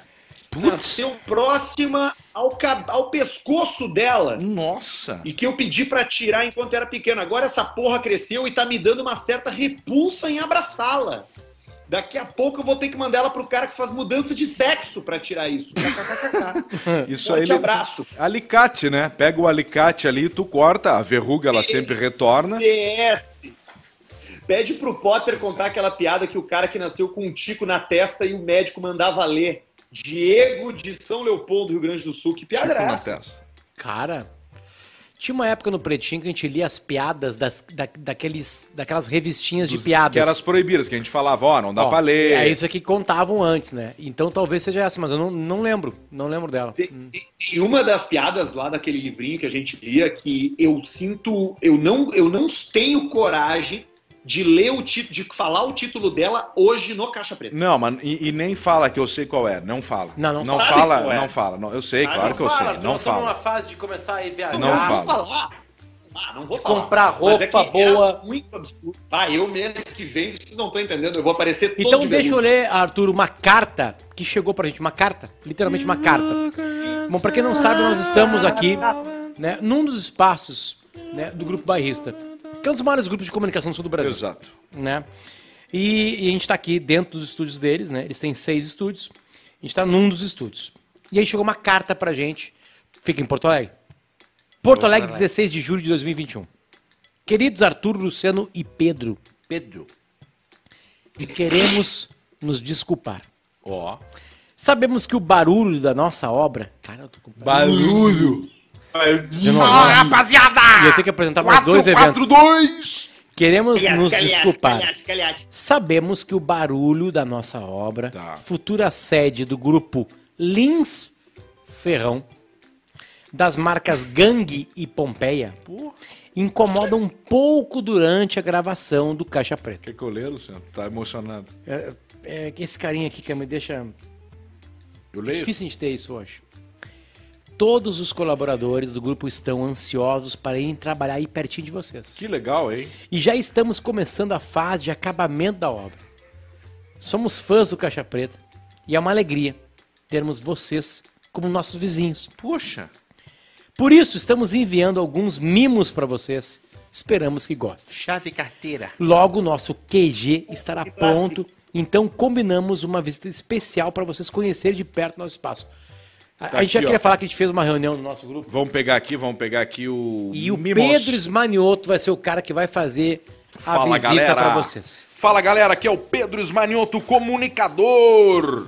S1: nasceu próxima ao, cab- ao pescoço dela.
S2: Nossa.
S1: E que eu pedi pra tirar enquanto era pequeno. Agora essa porra cresceu e tá me dando uma certa repulsa em abraçá-la. Daqui a pouco eu vou ter que mandar ela pro cara que faz mudança de sexo pra tirar isso.
S2: Isso aí.
S1: Forte
S2: Ele...
S1: abraço.
S2: Alicate, né? Pega o alicate ali, tu corta, a verruga ela sempre retorna.
S1: PS. Pede pro Potter contar aquela piada que o cara que nasceu com um tico na testa e o médico mandava ler. Diego de São Leopoldo, Rio Grande do Sul. Que piada
S2: Fica
S1: era
S2: na
S1: essa?
S2: Tipo testa.
S3: Cara, tinha uma época no Pretinho que a gente lia as piadas das, da, daqueles, daquelas revistinhas de piadas.
S2: Que eram as proibidas, que a gente falava, ó, não dá
S3: Ó,
S2: pra ler.
S3: É isso aqui que contavam antes, né? Então talvez seja essa, mas eu não, não lembro. Não lembro dela.
S2: Hum.
S1: Tem, tem- tem uma das piadas lá daquele livrinho que a gente lia que eu sinto, eu não, eu não tenho coragem de ler o título, de falar o título dela hoje no Caixa Preta.
S2: Não, mas e, e nem fala que eu sei qual é. Não fala.
S3: Não, não
S2: não
S1: sabe
S2: fala.
S1: qual é.
S2: Não fala. Não, eu sei,
S3: Ah,
S1: Sabe,
S2: claro que eu sei. Não fala.
S3: tá fase de começar a viajar.
S2: Não fala.
S1: vou falar. Ah, não vou falar. Mas
S3: Comprar
S1: é
S3: roupa
S1: que era
S3: boa.
S1: muito absurdo. Ah, eu mês que vem, vocês não estão entendendo, eu vou aparecer todo
S3: Então
S1: de
S3: deixa eu
S1: vermelho.
S3: ler, Arthur, uma carta que chegou pra gente. Uma carta, literalmente uma carta. Bom, pra quem não sabe, nós estamos aqui, né, num dos espaços né, do Grupo Bairrista, que é um dos maiores grupos de comunicação do sul do Brasil.
S2: Exato.
S3: né? E, e a gente tá aqui dentro dos estúdios deles, né? Eles têm seis estúdios. A gente tá num dos estúdios. E aí chegou uma carta pra gente. Fica em Porto Alegre. Porto Alegre, 16 de julho de 2021. Queridos Arthur, Luciano e Pedro,
S2: Pedro.
S3: queremos nos desculpar.
S2: Ó.
S3: Sabemos que o barulho da nossa obra. Cara, eu tô com
S2: Barulho.
S3: de novo.
S4: Fala, rapaziada!
S3: E eu tenho que apresentar mais dois eventos.
S2: 4-2!
S3: Queremos nos desculpar.
S1: Calhate, calhate.
S3: Sabemos que o barulho da nossa obra,
S2: Tá.
S3: futura sede do grupo Lins Ferrão, das marcas Gangue e Pompeia, incomoda um pouco durante a gravação do Caixa Preta.
S2: Quer que eu leia, Luciano? Tá emocionado.
S3: É, é que esse carinha aqui que me deixa
S2: Eu
S3: é
S2: leio?
S3: difícil a gente ter isso hoje. Todos os colaboradores do grupo estão ansiosos para irem trabalhar aí pertinho de vocês.
S2: Que legal, hein?
S3: E já estamos começando a fase de acabamento da obra. Somos fãs do Caixa Preta e é uma alegria termos vocês como nossos vizinhos.
S2: Poxa.
S3: Por isso, estamos enviando alguns mimos para vocês Esperamos que gostem.
S4: Chave carteira.
S3: Logo, nosso QG estará pronto. Então, combinamos uma visita especial para vocês conhecerem de perto nosso espaço. A, a gente já
S2: Tá aqui, ó.
S3: queria falar que a gente fez uma reunião no nosso grupo.
S2: Vamos pegar aqui, vamos pegar aqui o.
S3: E o
S2: Mimos.
S3: Pedro Esmanioto vai ser o cara que vai fazer a
S2: Fala,
S3: visita
S2: galera.
S3: para vocês.
S2: Fala galera, aqui é o Pedro Esmanioto, comunicador.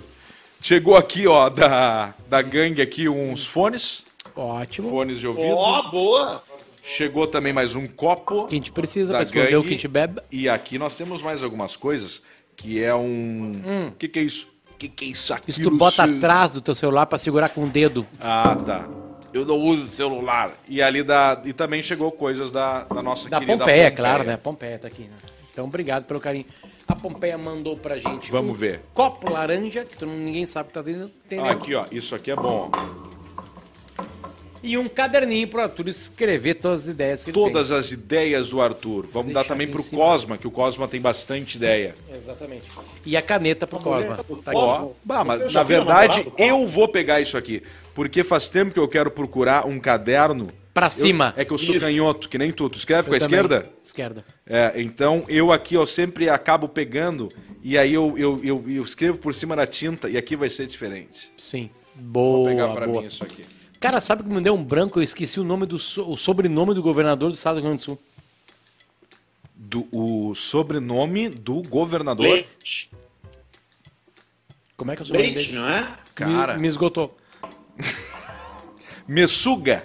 S2: Chegou aqui, ó, da, da gangue aqui uns fones,
S3: Ótimo.
S2: fones de ouvido.
S1: Ó, boa!
S2: Chegou também mais um copo.
S3: O que a gente precisa
S2: da
S3: para esconder o
S2: gangue.
S3: que a gente bebe.
S2: E aqui nós temos mais algumas coisas, que é um... O que que é isso? O que que é isso aqui?
S3: Hum. Isso tu bota atrás do teu celular para segurar com o dedo.
S2: Ah, tá. Eu não uso celular. E ali da... E também chegou coisas da, da nossa
S3: Da
S2: querida
S3: Pompeia, claro, né? A Pompeia tá aqui, né? Então, obrigado pelo carinho. A Pompeia mandou pra gente um
S2: Vamos ver.
S3: copo laranja, que tu não- ninguém sabe o que tá dentro, tem
S2: Ah,
S3: nenhum.
S2: aqui, ó. Isso aqui é bom. ó.
S3: e um caderninho pro Arthur escrever todas as ideias que
S2: Todas as ideias do Arthur. Vamos
S3: Deixa
S2: dar também
S3: aqui
S2: pro
S3: em cima.
S2: Cosma, que o Cosma tem bastante ideia.
S3: ele tem. Exatamente. E a caneta pro Cosma. Tá aqui.
S2: Ó, bah,
S1: Você
S2: mas
S1: já
S2: na
S1: viu
S2: verdade
S1: namorado, Cosma?
S2: eu vou pegar isso aqui, porque faz tempo que eu quero procurar um caderno.
S3: Pra
S2: Eu-
S3: cima.
S2: é que eu sou
S1: Isso.
S2: canhoto, que nem tu. Tu escreve
S3: Eu
S2: com a
S3: também.
S2: esquerda?
S3: Esquerda.
S2: É, então eu aqui eu sempre acabo pegando e aí eu, eu, eu, eu escrevo por cima da tinta e aqui vai ser diferente.
S3: Sim.
S2: Vou
S3: Boa,
S2: pegar pra
S3: boa.
S2: mim isso aqui.
S3: Cara, sabe que me deu um branco? Eu esqueci o nome do so- o sobrenome do governador do estado do Rio Grande do Sul.
S2: Do, o sobrenome do governador.
S1: Leite,
S3: Como é que é o sobrenome
S1: leite,
S3: dele?
S1: não é?
S2: Cara.
S3: Me, me esgotou.
S2: Messuga.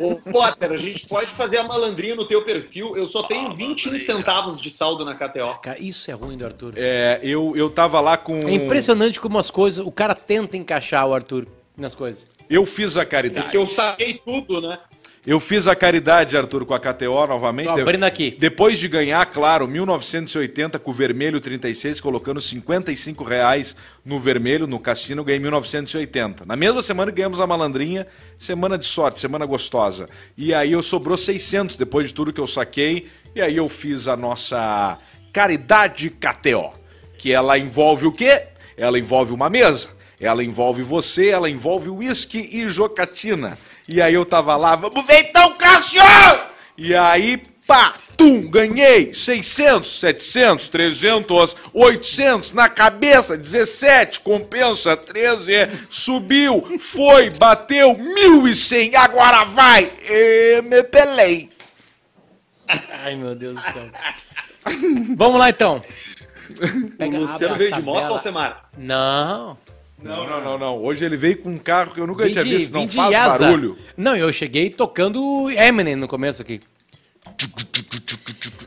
S1: Ô, Potter, a gente pode fazer a malandrinha no teu perfil. Eu só
S2: Ah,
S1: tenho 21 centavos de saldo na KTO.
S3: Cara, isso é ruim do Arthur.
S2: É, um- eu, eu tava lá com.
S3: É impressionante como as coisas. O cara tenta encaixar o Arthur nas coisas.
S2: Eu fiz a
S1: Porque
S2: caridade.
S1: eu saquei tudo, né?
S2: Eu fiz a caridade, Arthur, com a KTO novamente.
S3: Tô abrindo aqui.
S2: Depois de ganhar, claro, 1980 com o vermelho 36, colocando 55 reais no vermelho, no cassino, ganhei 1980. Na mesma semana ganhamos a malandrinha, semana de sorte, semana gostosa. E aí eu sobrou 600 depois de tudo que eu saquei. E aí eu fiz a nossa caridade KTO, que ela envolve o quê? Ela envolve uma mesa. Ela envolve você, ela envolve uísque e jocatina. E aí eu tava lá, vamos ver então, cachorro! E aí, pá, tum, ganhei 600, 700, 300, 800 na cabeça, 17, compensa 13, subiu, foi, bateu 1.100, agora vai, e me pelei.
S3: Ai, meu Deus do céu. Vamos lá então. Pega,
S1: o
S3: abre a
S1: Luciano veio de moto,
S3: tabela.
S1: Alcemar.
S3: Não.
S2: Não, não, não, não, hoje ele veio com um carro que eu nunca
S3: Vim
S2: tinha
S3: de-
S2: visto, não
S3: vim de
S2: faz
S3: Yasa.
S2: barulho.
S3: Não, eu cheguei tocando Eminem no começo aqui.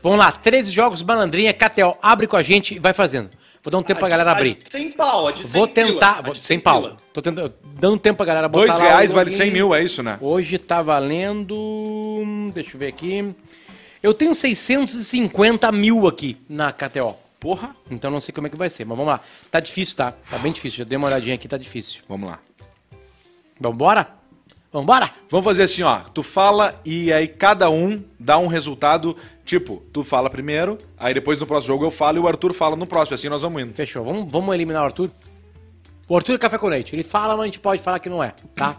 S3: Vamos lá, 13 jogos, malandrinha, KTO. Abre com a gente e vai fazendo. Vou dar um tempo pra galera
S1: A de
S3: abrir.
S1: Sem pau, a de 100
S3: Vou tentar.
S1: pila, a
S3: vou-
S1: de 100
S3: sem pau.
S1: pila.
S3: Tô tentando, dando um tempo pra galera botar
S2: Dois
S3: lá
S2: reais
S3: o
S2: vale
S3: joguinho.
S2: 100 mil, é isso, né?
S3: Hoje tá valendo. hum, Deixa eu ver aqui. Eu tenho 650 mil aqui na KTO.
S2: Porra.
S3: Então não sei como é que vai ser, mas vamos lá. Tá difícil, tá? Tá bem difícil. Já dei uma olhadinha aqui, tá difícil.
S2: Vamos lá.
S3: Vambora? Vambora?
S2: Vamos fazer assim, ó. Tu fala e aí cada um dá um resultado. Tipo, tu fala primeiro, aí depois no próximo jogo eu falo e o Arthur fala no próximo. Assim nós vamos indo.
S3: Fechou. Vamos, vamos eliminar o Arthur? O Arthur é café com leite. Ele fala, mas a gente pode falar que não é, tá?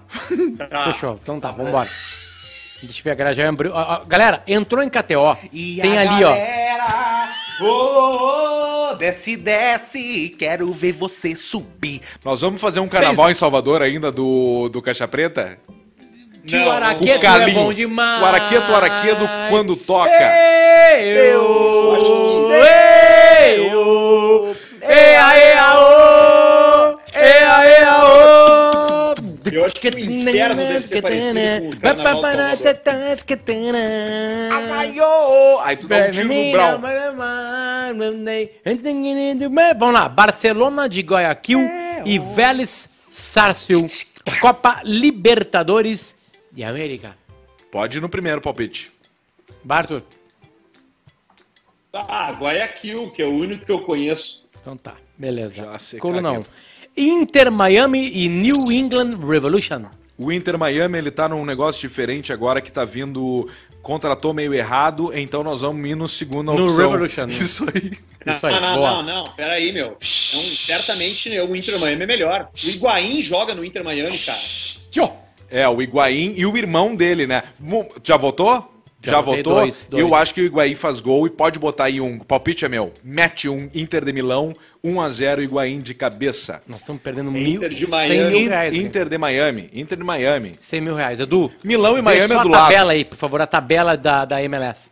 S3: Fechou. Então tá, vambora. Deixa eu ver, a galera já abriu. Ó, ó, galera, entrou em KTO. tem ali,
S4: ó. Oh, oh, desce, desce. Quero ver você subir.
S2: Nós vamos fazer um carnaval em Salvador ainda do, do Caixa Preta?
S3: ó. Que o
S2: o
S3: Araqueto é
S2: Carlinho.
S3: bom demais.
S2: O Araqueto, o Araquedo, quando toca.
S3: Eu, eu, ea, ea, ô, ea, ea, ô.
S1: Eu acho que o inferno deve ser parecido com o carnaval de Salvador.
S3: tá,
S4: Amaiô. Aí tu dá um tiro no brau.
S3: Vamos lá, Barcelona de Guayaquil
S2: É,
S3: e Vélez Sarsfield, Copa Libertadores de América.
S2: Pode ir no primeiro palpite.
S3: Bartur,
S1: Ah, Guayaquil, que é o único que eu conheço.
S3: então tá, beleza.
S2: Já sei,
S3: Coluna
S2: caguei.
S3: 1. Inter Miami e New England Revolution.
S2: O Inter Miami, ele tá num negócio diferente agora que tá vindo. Contratou meio errado, então nós vamos ir no segundo
S3: No
S2: opção.
S3: Revolution.
S2: Isso aí.
S3: Isso aí,
S1: Ah, não, não,
S3: boa.
S1: não, não, peraí, meu. Não, certamente né, o Inter Miami é melhor. O Higuaín joga no Inter Miami, cara.
S3: Tchô.
S2: É, o Higuaín e o irmão dele, né? Mu- Já votou? Já,
S3: Já votei
S2: votou?
S3: dois, dois.
S2: Eu acho que o Higuaín faz gol e pode botar aí um. Palpite é meu. Mete um Inter de Milão, 1x0 Higuaín de cabeça.
S3: Nós estamos perdendo mil,
S1: Inter de
S3: 100
S1: Miami.
S3: mil reais. cara.
S2: Inter de Miami. Inter de Miami.
S3: 100 mil reais. Edu,
S2: Milão e
S3: vê
S2: Miami
S3: só
S2: é do
S3: a
S2: lado.
S3: tabela aí, por favor, a tabela da, da MLS.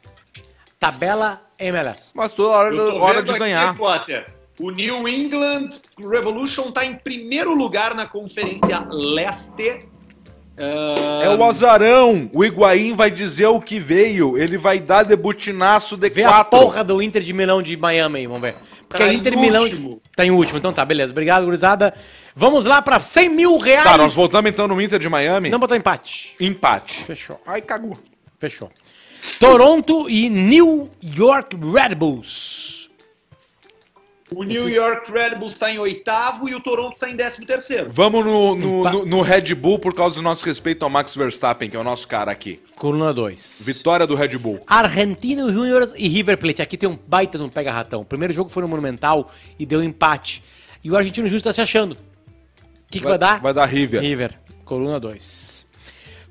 S3: Tabela MLS.
S2: Mas toda hora,
S1: Eu tô
S2: hora
S1: vendo
S2: de
S1: aqui,
S2: ganhar.
S1: Potter. O New England Revolution está em primeiro lugar na Conferência Leste. Ah,
S2: É o azarão. O Higuaín vai dizer o que veio. Ele vai dar debutinaço de
S3: Vê a
S2: quatro.
S3: porra do Inter de Milão de Miami aí, vamos ver. Porque
S1: Tá
S3: a
S1: em
S3: Inter de Milão
S1: último.
S3: tá em último, então tá, beleza. Obrigado, gurizada. Vamos lá pra 100 mil reais.
S2: Tá, nós voltamos então no Inter de Miami.
S3: Não botar empate.
S2: Empate.
S3: Fechou.
S2: Ai, cagou.
S3: Fechou. Toronto e New York Red Bulls.
S1: o New York Red Bulls está em oitavo e o Toronto está em décimo terceiro.
S2: Vamos no, no,
S3: Empa-
S2: no- no Red Bull por causa do nosso respeito ao Max Verstappen, que é o nosso cara aqui.
S3: Coluna 2.
S2: Vitória do Red Bull.
S3: Argentino Juniors e River Plate. Aqui tem um baita de um pega-ratão. O primeiro jogo foi no Monumental e deu empate. E o Argentino Júnior tá se achando. O que, que vai, dar?
S2: Vai dar River.
S3: River. Coluna 2.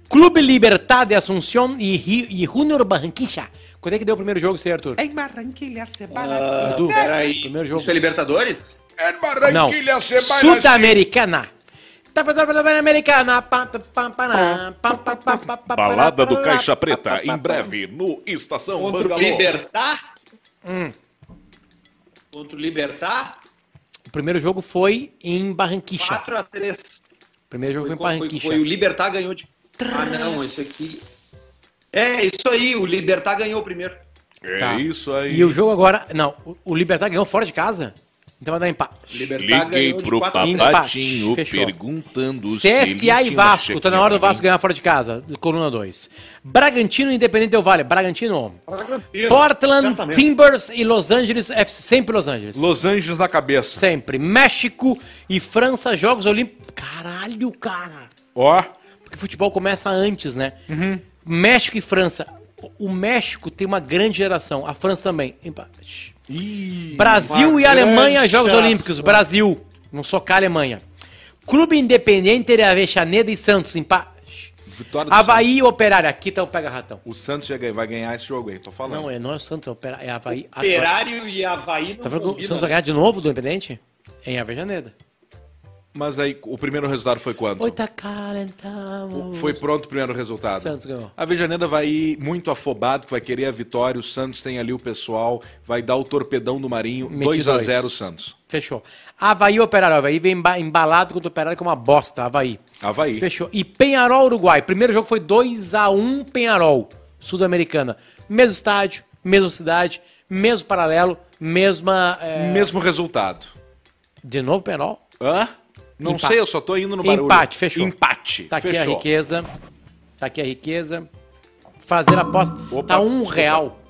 S3: Clube Libertad de Assunción e, Ri- e Junior Barranquilla. Quanto é que deu o primeiro jogo, você, Arthur?
S4: Em Barranquilha, se
S1: Ah,
S3: Edu,
S1: peraí.
S3: primeiro jogo.
S1: Isso é Libertadores?
S2: É
S3: Não.
S2: Barranquilha, você vai lá-
S3: Sudamericana. Tá, Americana.
S5: Balada do Caixa Preta, em breve, no Estação
S1: Contra o
S5: Bangalô.
S1: Libertar?
S3: Hum.
S1: Contra o Libertar?
S3: O primeiro jogo foi em Barranquilla.
S1: 4 a 3
S3: primeiro jogo foi,
S1: Foi,
S3: em Barranquilla.
S1: foi- foi o Libertar ganhou de. Ah, não, isso aqui. É, isso aí, o Libertar ganhou primeiro.
S5: É
S3: Tá.
S5: isso aí.
S3: E o jogo agora. Não, o- o Libertar ganhou fora de casa? Então vai dar empate.
S1: Libertar
S5: Liguei pro
S1: quatro a três.
S3: Empate.
S5: papatinho
S3: Fechou.
S5: perguntando se
S3: CSA
S5: ele
S3: e
S5: tinha
S3: Vasco. Tá na hora do
S5: checagem.
S3: Vasco ganhar fora de casa. Coluna 2. Bragantino e Independente Del Vale. Bragantino.
S1: Tá
S3: Portland,
S1: Certamente.
S3: Timbers e Los Angeles FC. Sempre Los Angeles.
S2: Los Angeles na cabeça.
S3: Sempre. México e França, Jogos Olímpicos. Caralho, cara.
S2: Ó.
S3: Porque futebol começa antes, né?
S5: Uhum.
S3: México e França. O- O México tem uma grande geração. A França também. Empate. Brasil
S1: uma
S3: e Alemanha,
S1: grande
S3: Jogos
S1: geração.
S3: Olímpicos. Brasil. Não socar a Alemanha. Clube Independente de Avexaneda e Santos. Empate.
S2: Vitória do
S3: Havaí e Operário. Aqui tá o pega-ratão.
S2: Santos. O Santos já ganha- vai ganhar esse jogo aí, tô falando.
S3: Não, é, não é o Santos, é o Operário. É Havaí. Atlético.
S1: Operário e Havaí não
S3: Tá falando que o
S1: combinam,
S3: Santos vai ganhar de novo do Independente? Em Avejaneda.
S2: Mas aí, o primeiro resultado foi quanto?
S3: Oita calentamos.
S2: Foi pronto o primeiro resultado.
S3: Santos ganhou.
S2: A Vejaneda vai ir muito afobado, que vai querer a vitória. O Santos tem ali o pessoal, vai dar o torpedão do Marinho.
S3: Meti
S2: 2 a
S3: dois.
S2: 0 o Santos.
S3: Fechou. Havaí e Operário. Havaí vem emba- embalado contra o Operário com uma bosta. Havaí.
S2: Havaí.
S3: Fechou. E Penharol, Uruguai. Primeiro jogo foi 2x1 Penharol, Sul-Americana. Mesmo estádio, mesma cidade, mesmo paralelo, mesma. é,
S2: Mesmo resultado.
S3: De novo Penharol?
S2: Hã? Não
S3: Empate.
S2: sei, eu só tô indo no barulho.
S3: Empate, fechou.
S2: Empate.
S3: Tá aqui a
S2: fechou.
S3: riqueza. Tá aqui a riqueza. Fazer a aposta.
S2: Opa,
S3: tá um
S2: desculpa.
S3: real.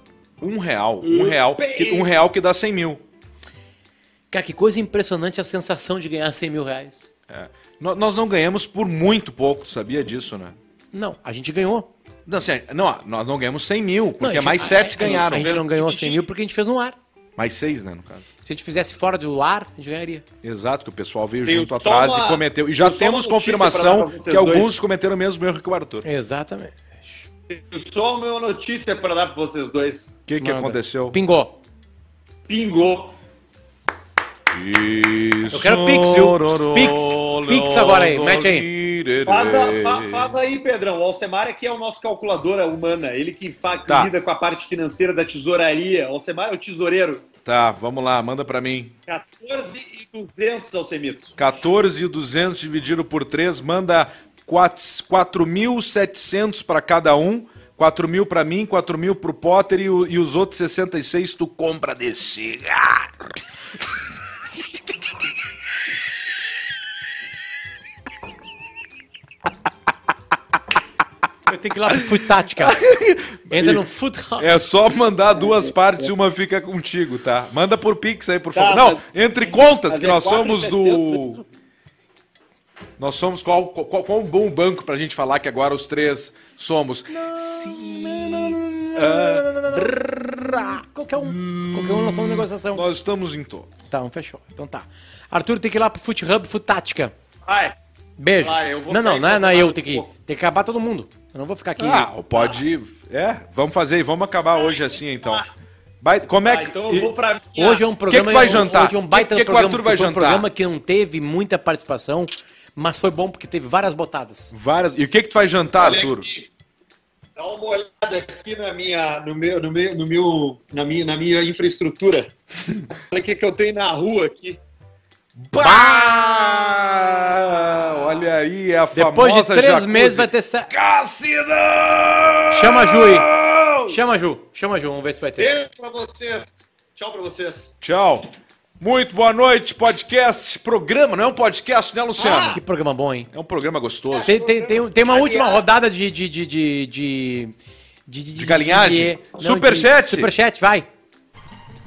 S2: Um real. Um real. Que, um real que dá 100 mil.
S3: Cara, que coisa impressionante a sensação de ganhar 100 mil reais.
S2: É. No- Nós não ganhamos por muito pouco, tu sabia disso, né?
S3: Não, a gente ganhou.
S2: Não, assim, não, nós não ganhamos 100 mil,
S3: Não, a
S2: porque é
S3: gente-
S2: mais
S3: a-
S2: 7
S3: a- a gente-
S2: ganharam.
S3: A gente não ganhou 100 mil porque a gente fez no ar.
S2: Mais 6, né, no caso.
S3: Se a gente fizesse fora do ar, a gente ganharia.
S2: Exato, que o pessoal veio
S1: Tem
S2: junto
S1: só
S2: atrás
S1: uma-
S2: e cometeu. E
S1: tem
S2: já
S1: só uma
S2: temos
S1: notícia pra
S2: confirmação
S1: dar pra vocês
S2: que alguns
S1: dois.
S2: cometeram o mesmo erro que o Arthur. O
S3: Exatamente.
S1: Só uma notícia para dar para vocês dois.
S2: que, que
S3: Manda.
S2: aconteceu?
S3: Pingou.
S1: Pingou.
S5: Isso.
S3: Eu quero Pix, viu? Pix. Pix agora aí. Mete aí.
S1: Faz, a- fa- faz aí, Pedrão. O Alcemar aqui é o nosso calculadora humana. Ele que, fa- que
S2: Tá.
S1: lida com a parte financeira da tesouraria. O Alcemar é o tesoureiro.
S2: Tá, vamos lá, manda pra mim.
S1: 14,200, Alcemito.
S2: 14,200 dividido por 3, manda 4 4.700 pra cada um. 4 mil pra mim, 4 mil pro Potter e, o- e os outros 66 tu compra desse. Ah!
S3: Eu tenho que ir lá pro Futat, cara. Entra no Futat.
S2: É só mandar duas partes e uma fica contigo, tá? Manda por Pix aí, por
S1: Tá,
S2: favor. Não,
S1: mas-
S2: entre contas,
S1: mas
S2: que
S1: é
S2: nós
S1: quatro
S2: somos
S1: e
S2: do. Nós somos qual, qual, qual um bom banco pra gente falar que agora os três somos.
S3: Qualquer um. Qualquer um nós estamos em negociação.
S2: Nós estamos em torno.
S3: Tá, um fechou. Então tá. Arthur tem que ir lá pro Fut Hub, Futática.
S1: Vai.
S3: Beijo.
S1: Vai, eu vou
S3: não, não,
S1: sair
S3: não
S1: pra
S3: é, não é
S1: tomar
S3: eu
S1: um
S3: tem que ir.
S1: pouco.
S3: Tem que acabar todo mundo. Eu não vou ficar aqui.
S1: Tá.
S2: Ah, pode. É, vamos fazer e vamos acabar hoje assim então. Vai, como é
S1: Ah,
S2: que.
S1: Tá. então eu vou pra minha...
S3: Hoje é um programa.
S2: vai
S3: um-
S2: jantar?
S3: Hoje é um
S2: Que
S3: baita
S2: que o
S3: programa.
S2: Arthur vai
S3: foi um
S2: jantar?
S3: programa que não teve muita participação, mas foi bom porque teve várias botadas.
S2: Várias... E o que que tu vai jantar,
S1: Olha
S2: Arthur?
S1: aqui, Dá uma olhada aqui na minha, no meu, no meu, no meu, na minha, na minha infraestrutura. Olha o que que eu tenho na rua aqui.
S2: Bah! Olha aí, é a
S3: Depois de
S2: famosa
S3: três
S2: jacuzzi.
S3: meses vai ter. se-
S2: Cassino!
S3: Chama a Ju aí. Chama a Ju. Chama a Ju, vamos ver se vai ter.
S1: Beijo pra vocês. Tchau pra vocês.
S2: Tchau. Muito boa noite, podcast, programa, não é um podcast, né, Luciano?
S3: Que programa bom, hein?
S2: É um programa gostoso.
S3: Ah! Tem, tem, tem, tem uma
S1: Aliás-
S3: última rodada de. de, de, de, de... De, de,
S2: galinhagem?
S3: de- não,
S2: Superchat?
S3: de- Superchat, vai.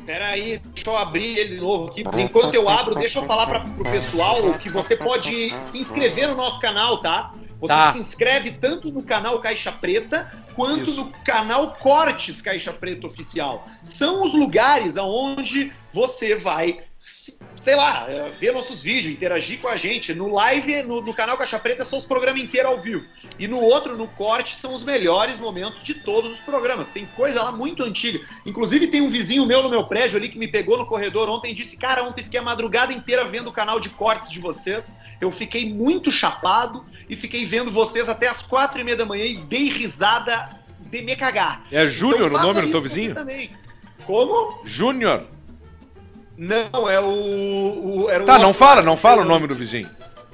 S1: Pera aí, deixa eu abrir ele de novo aqui. Enquanto eu abro, deixa eu falar pra, pro pessoal que você pode se inscrever no nosso canal, tá? Você
S3: Tá.
S1: se inscreve tanto no canal Caixa Preta quanto
S2: Isso.
S1: no canal Cortes Caixa Preta Oficial. São os lugares aonde você vai, se- sei lá, é, ver nossos vídeos, interagir com a gente. No live, no, no canal Caixa Preta, são os programas inteiros ao vivo. E no outro, no corte, são os melhores momentos de todos os programas. Tem coisa lá muito antiga. Inclusive, tem um vizinho meu no meu prédio ali que me pegou no corredor ontem e disse: Cara, ontem fiquei a madrugada inteira vendo o canal de cortes de vocês. Eu fiquei muito chapado e fiquei vendo vocês até as quatro e meia da manhã e dei risada de me cagar.
S2: É Júnior
S1: Então,
S2: o nome
S1: faça
S2: do teu
S1: isso você
S2: vizinho?
S1: Também. Como?
S2: Júnior.
S1: Não, é o. o- era o
S2: Tá, não
S1: outro-
S2: fala, não fala o nome do vizinho.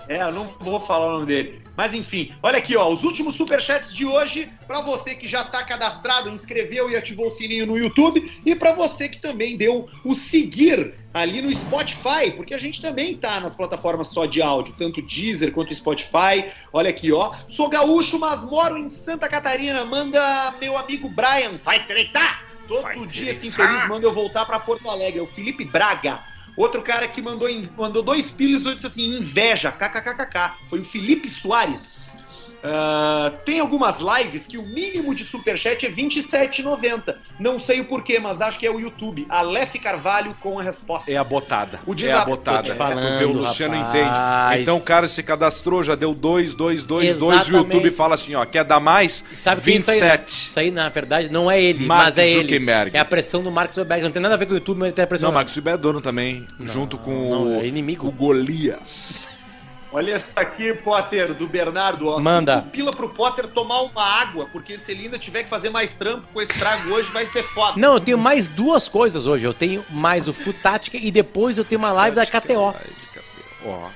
S1: É, eu não vou falar o nome dele. Mas enfim, olha aqui, ó, os últimos superchats de hoje pra você que já tá cadastrado, inscreveu e ativou o sininho no YouTube e pra você que também deu o seguir ali no Spotify, porque a gente também tá nas plataformas só de áudio, tanto Deezer quanto Spotify. Olha aqui, ó. Sou gaúcho, mas moro em Santa Catarina. Manda meu amigo Brian, vai treitar. Todo
S4: Vai
S1: dia esse
S4: treitar.
S1: infeliz manda eu voltar pra Porto Alegre. É o Felipe Braga. Outro cara que mandou, em- mandou dois pilos e disse assim: inveja, kkkk. Foi o Felipe Soares. Ah, tem algumas lives que o mínimo de superchat é R$ 27,90. Não sei o porquê, mas acho que é o YouTube. Aleph Carvalho com a resposta.
S2: É a botada.
S1: O
S2: é a
S1: desabafo.
S2: botada.
S1: Tô te
S2: é, tu vê, o
S3: falando,
S2: Luciano
S3: rapaz.
S2: entende. Então o cara se cadastrou, já deu dois, dois, dois, dois. e o
S3: Exatamente.
S2: YouTube fala assim, ó, quer dar mais?
S3: E sabe quem é isso aí? né?
S2: 27.
S3: Isso aí, na verdade, não é ele,
S2: Mark
S3: mas é
S2: Zuckerberg.
S3: ele. É a pressão do Mark Zuckerberg. Não tem nada a ver com o YouTube, mas ele tem a pressão.
S2: Não, Marcos Silva é dono também, junto com
S3: não,
S2: o,
S3: é inimigo.
S2: o Golias.
S1: Olha essa aqui, Potter, do Bernardo. Ó,
S3: Manda.
S1: Cinco Pila pro Potter tomar uma água, porque se ele ainda tiver que fazer mais trampo com esse trago hoje, vai ser foda.
S3: Não, eu tenho mais duas coisas hoje. Eu tenho mais o Futática e depois eu tenho uma live da KTO.
S2: Ó,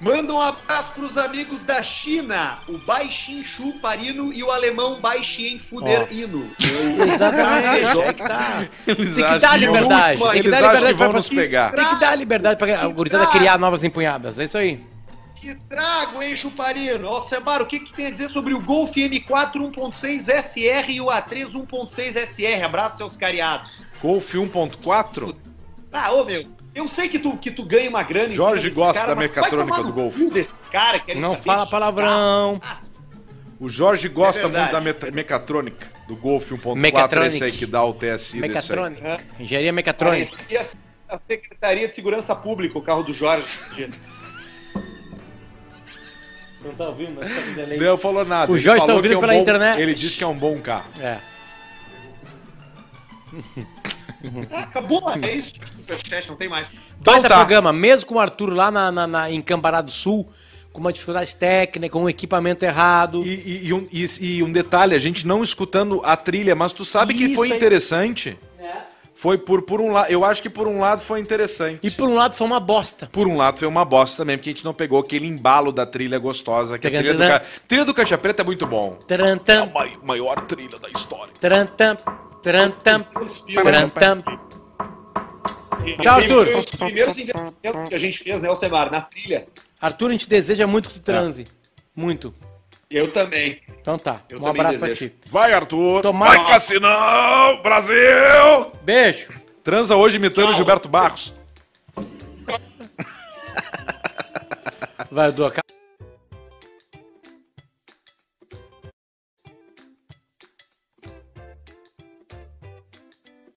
S1: Manda um abraço pros amigos da China, o Baixin Chu Parino e o alemão Baixin
S3: Ó.
S1: Fuder Hino.
S3: Exatamente. é que tá.
S2: Eles
S3: Tem que
S2: acham
S3: dar
S2: vão-
S3: liberdade. Tem que
S2: Eles
S3: dar
S2: acham que
S3: liberdade pra
S2: vão nos pegar.
S3: Tem que dar liberdade pra a gurizada criar novas empunhadas. É isso aí.
S1: Que trago, hein, Chuparino? Ó, Sebaro, o que, que tu tem a dizer sobre o Golf um M4 1.6 SR e o um A3 1.6 SR? Abraço, seus cariados.
S2: Golf 1.4?
S1: Ah, ô meu, eu sei que tu, que tu ganha uma grana em cima
S2: Jorge
S1: desses
S2: gosta da
S1: mas
S2: mecatrônica
S1: vai tomar
S2: do
S1: no
S2: golfe.
S1: cu desses cara, que é tá eles
S3: Não
S1: sabem
S3: fala
S1: de-
S3: palavrão.
S1: Ah,
S2: O Jorge
S1: É
S2: gosta muito
S1: verdade.
S2: da meta- mecatrônica, do Golf 1.4,
S3: Mecatronic.
S2: esse aí que dá o TSI desse aí.
S3: Mecatrônica. Engenharia mecatrônica.
S1: Parecia Ah, a Secretaria de Segurança Pública, o carro do Jorge.
S3: Não tá ouvindo, mas
S2: Não falou nada.
S3: O
S2: ele
S3: Jorge tá
S2: falou
S3: ouvindo
S2: que é um
S3: pela
S2: bom-
S3: internet.
S2: Ele disse que é um bom carro.
S3: É.
S1: Ah, acabou,
S2: Hum.
S1: é isso. Superchat, não tem mais.
S2: Então
S3: Baita
S2: tá.
S3: programa, mesmo com o Arthur lá na, na- na- em Cambará do Sul, com uma dificuldade técnica, um equipamento errado.
S2: E, e- e um, e- e um detalhe, a gente não escutando a trilha, mas tu sabe que
S3: Isso É.
S2: foi
S3: aí.
S2: interessante? Foi por, por um lado, eu acho que por um lado foi interessante.
S3: E por um lado foi uma bosta.
S2: Por um lado foi uma bosta também, porque a gente não pegou aquele embalo da trilha gostosa. Que a trilha, do, ca... trilha do Caixa Preta é muito bom.
S3: Tran, tam,
S2: É Mai- maior trilha da história.
S3: tran, tam, tran, tam, tran, tam. Tchau, Arthur.
S1: Foi um dos primeiros investimentos que a gente fez, né, Alcemar, na trilha.
S3: Arthur, a gente deseja muito que tu transe. Muito.
S1: Eu também.
S3: Então tá.
S1: É. Eu
S3: um
S1: também
S3: abraço
S1: desejo.
S3: pra ti.
S2: Vai, Arthur!
S3: Tomara-
S2: Vai, Cassinão! Brasil!
S3: Beijo.
S2: Transa hoje imitando Gilberto Barros.
S3: Vai, Duca.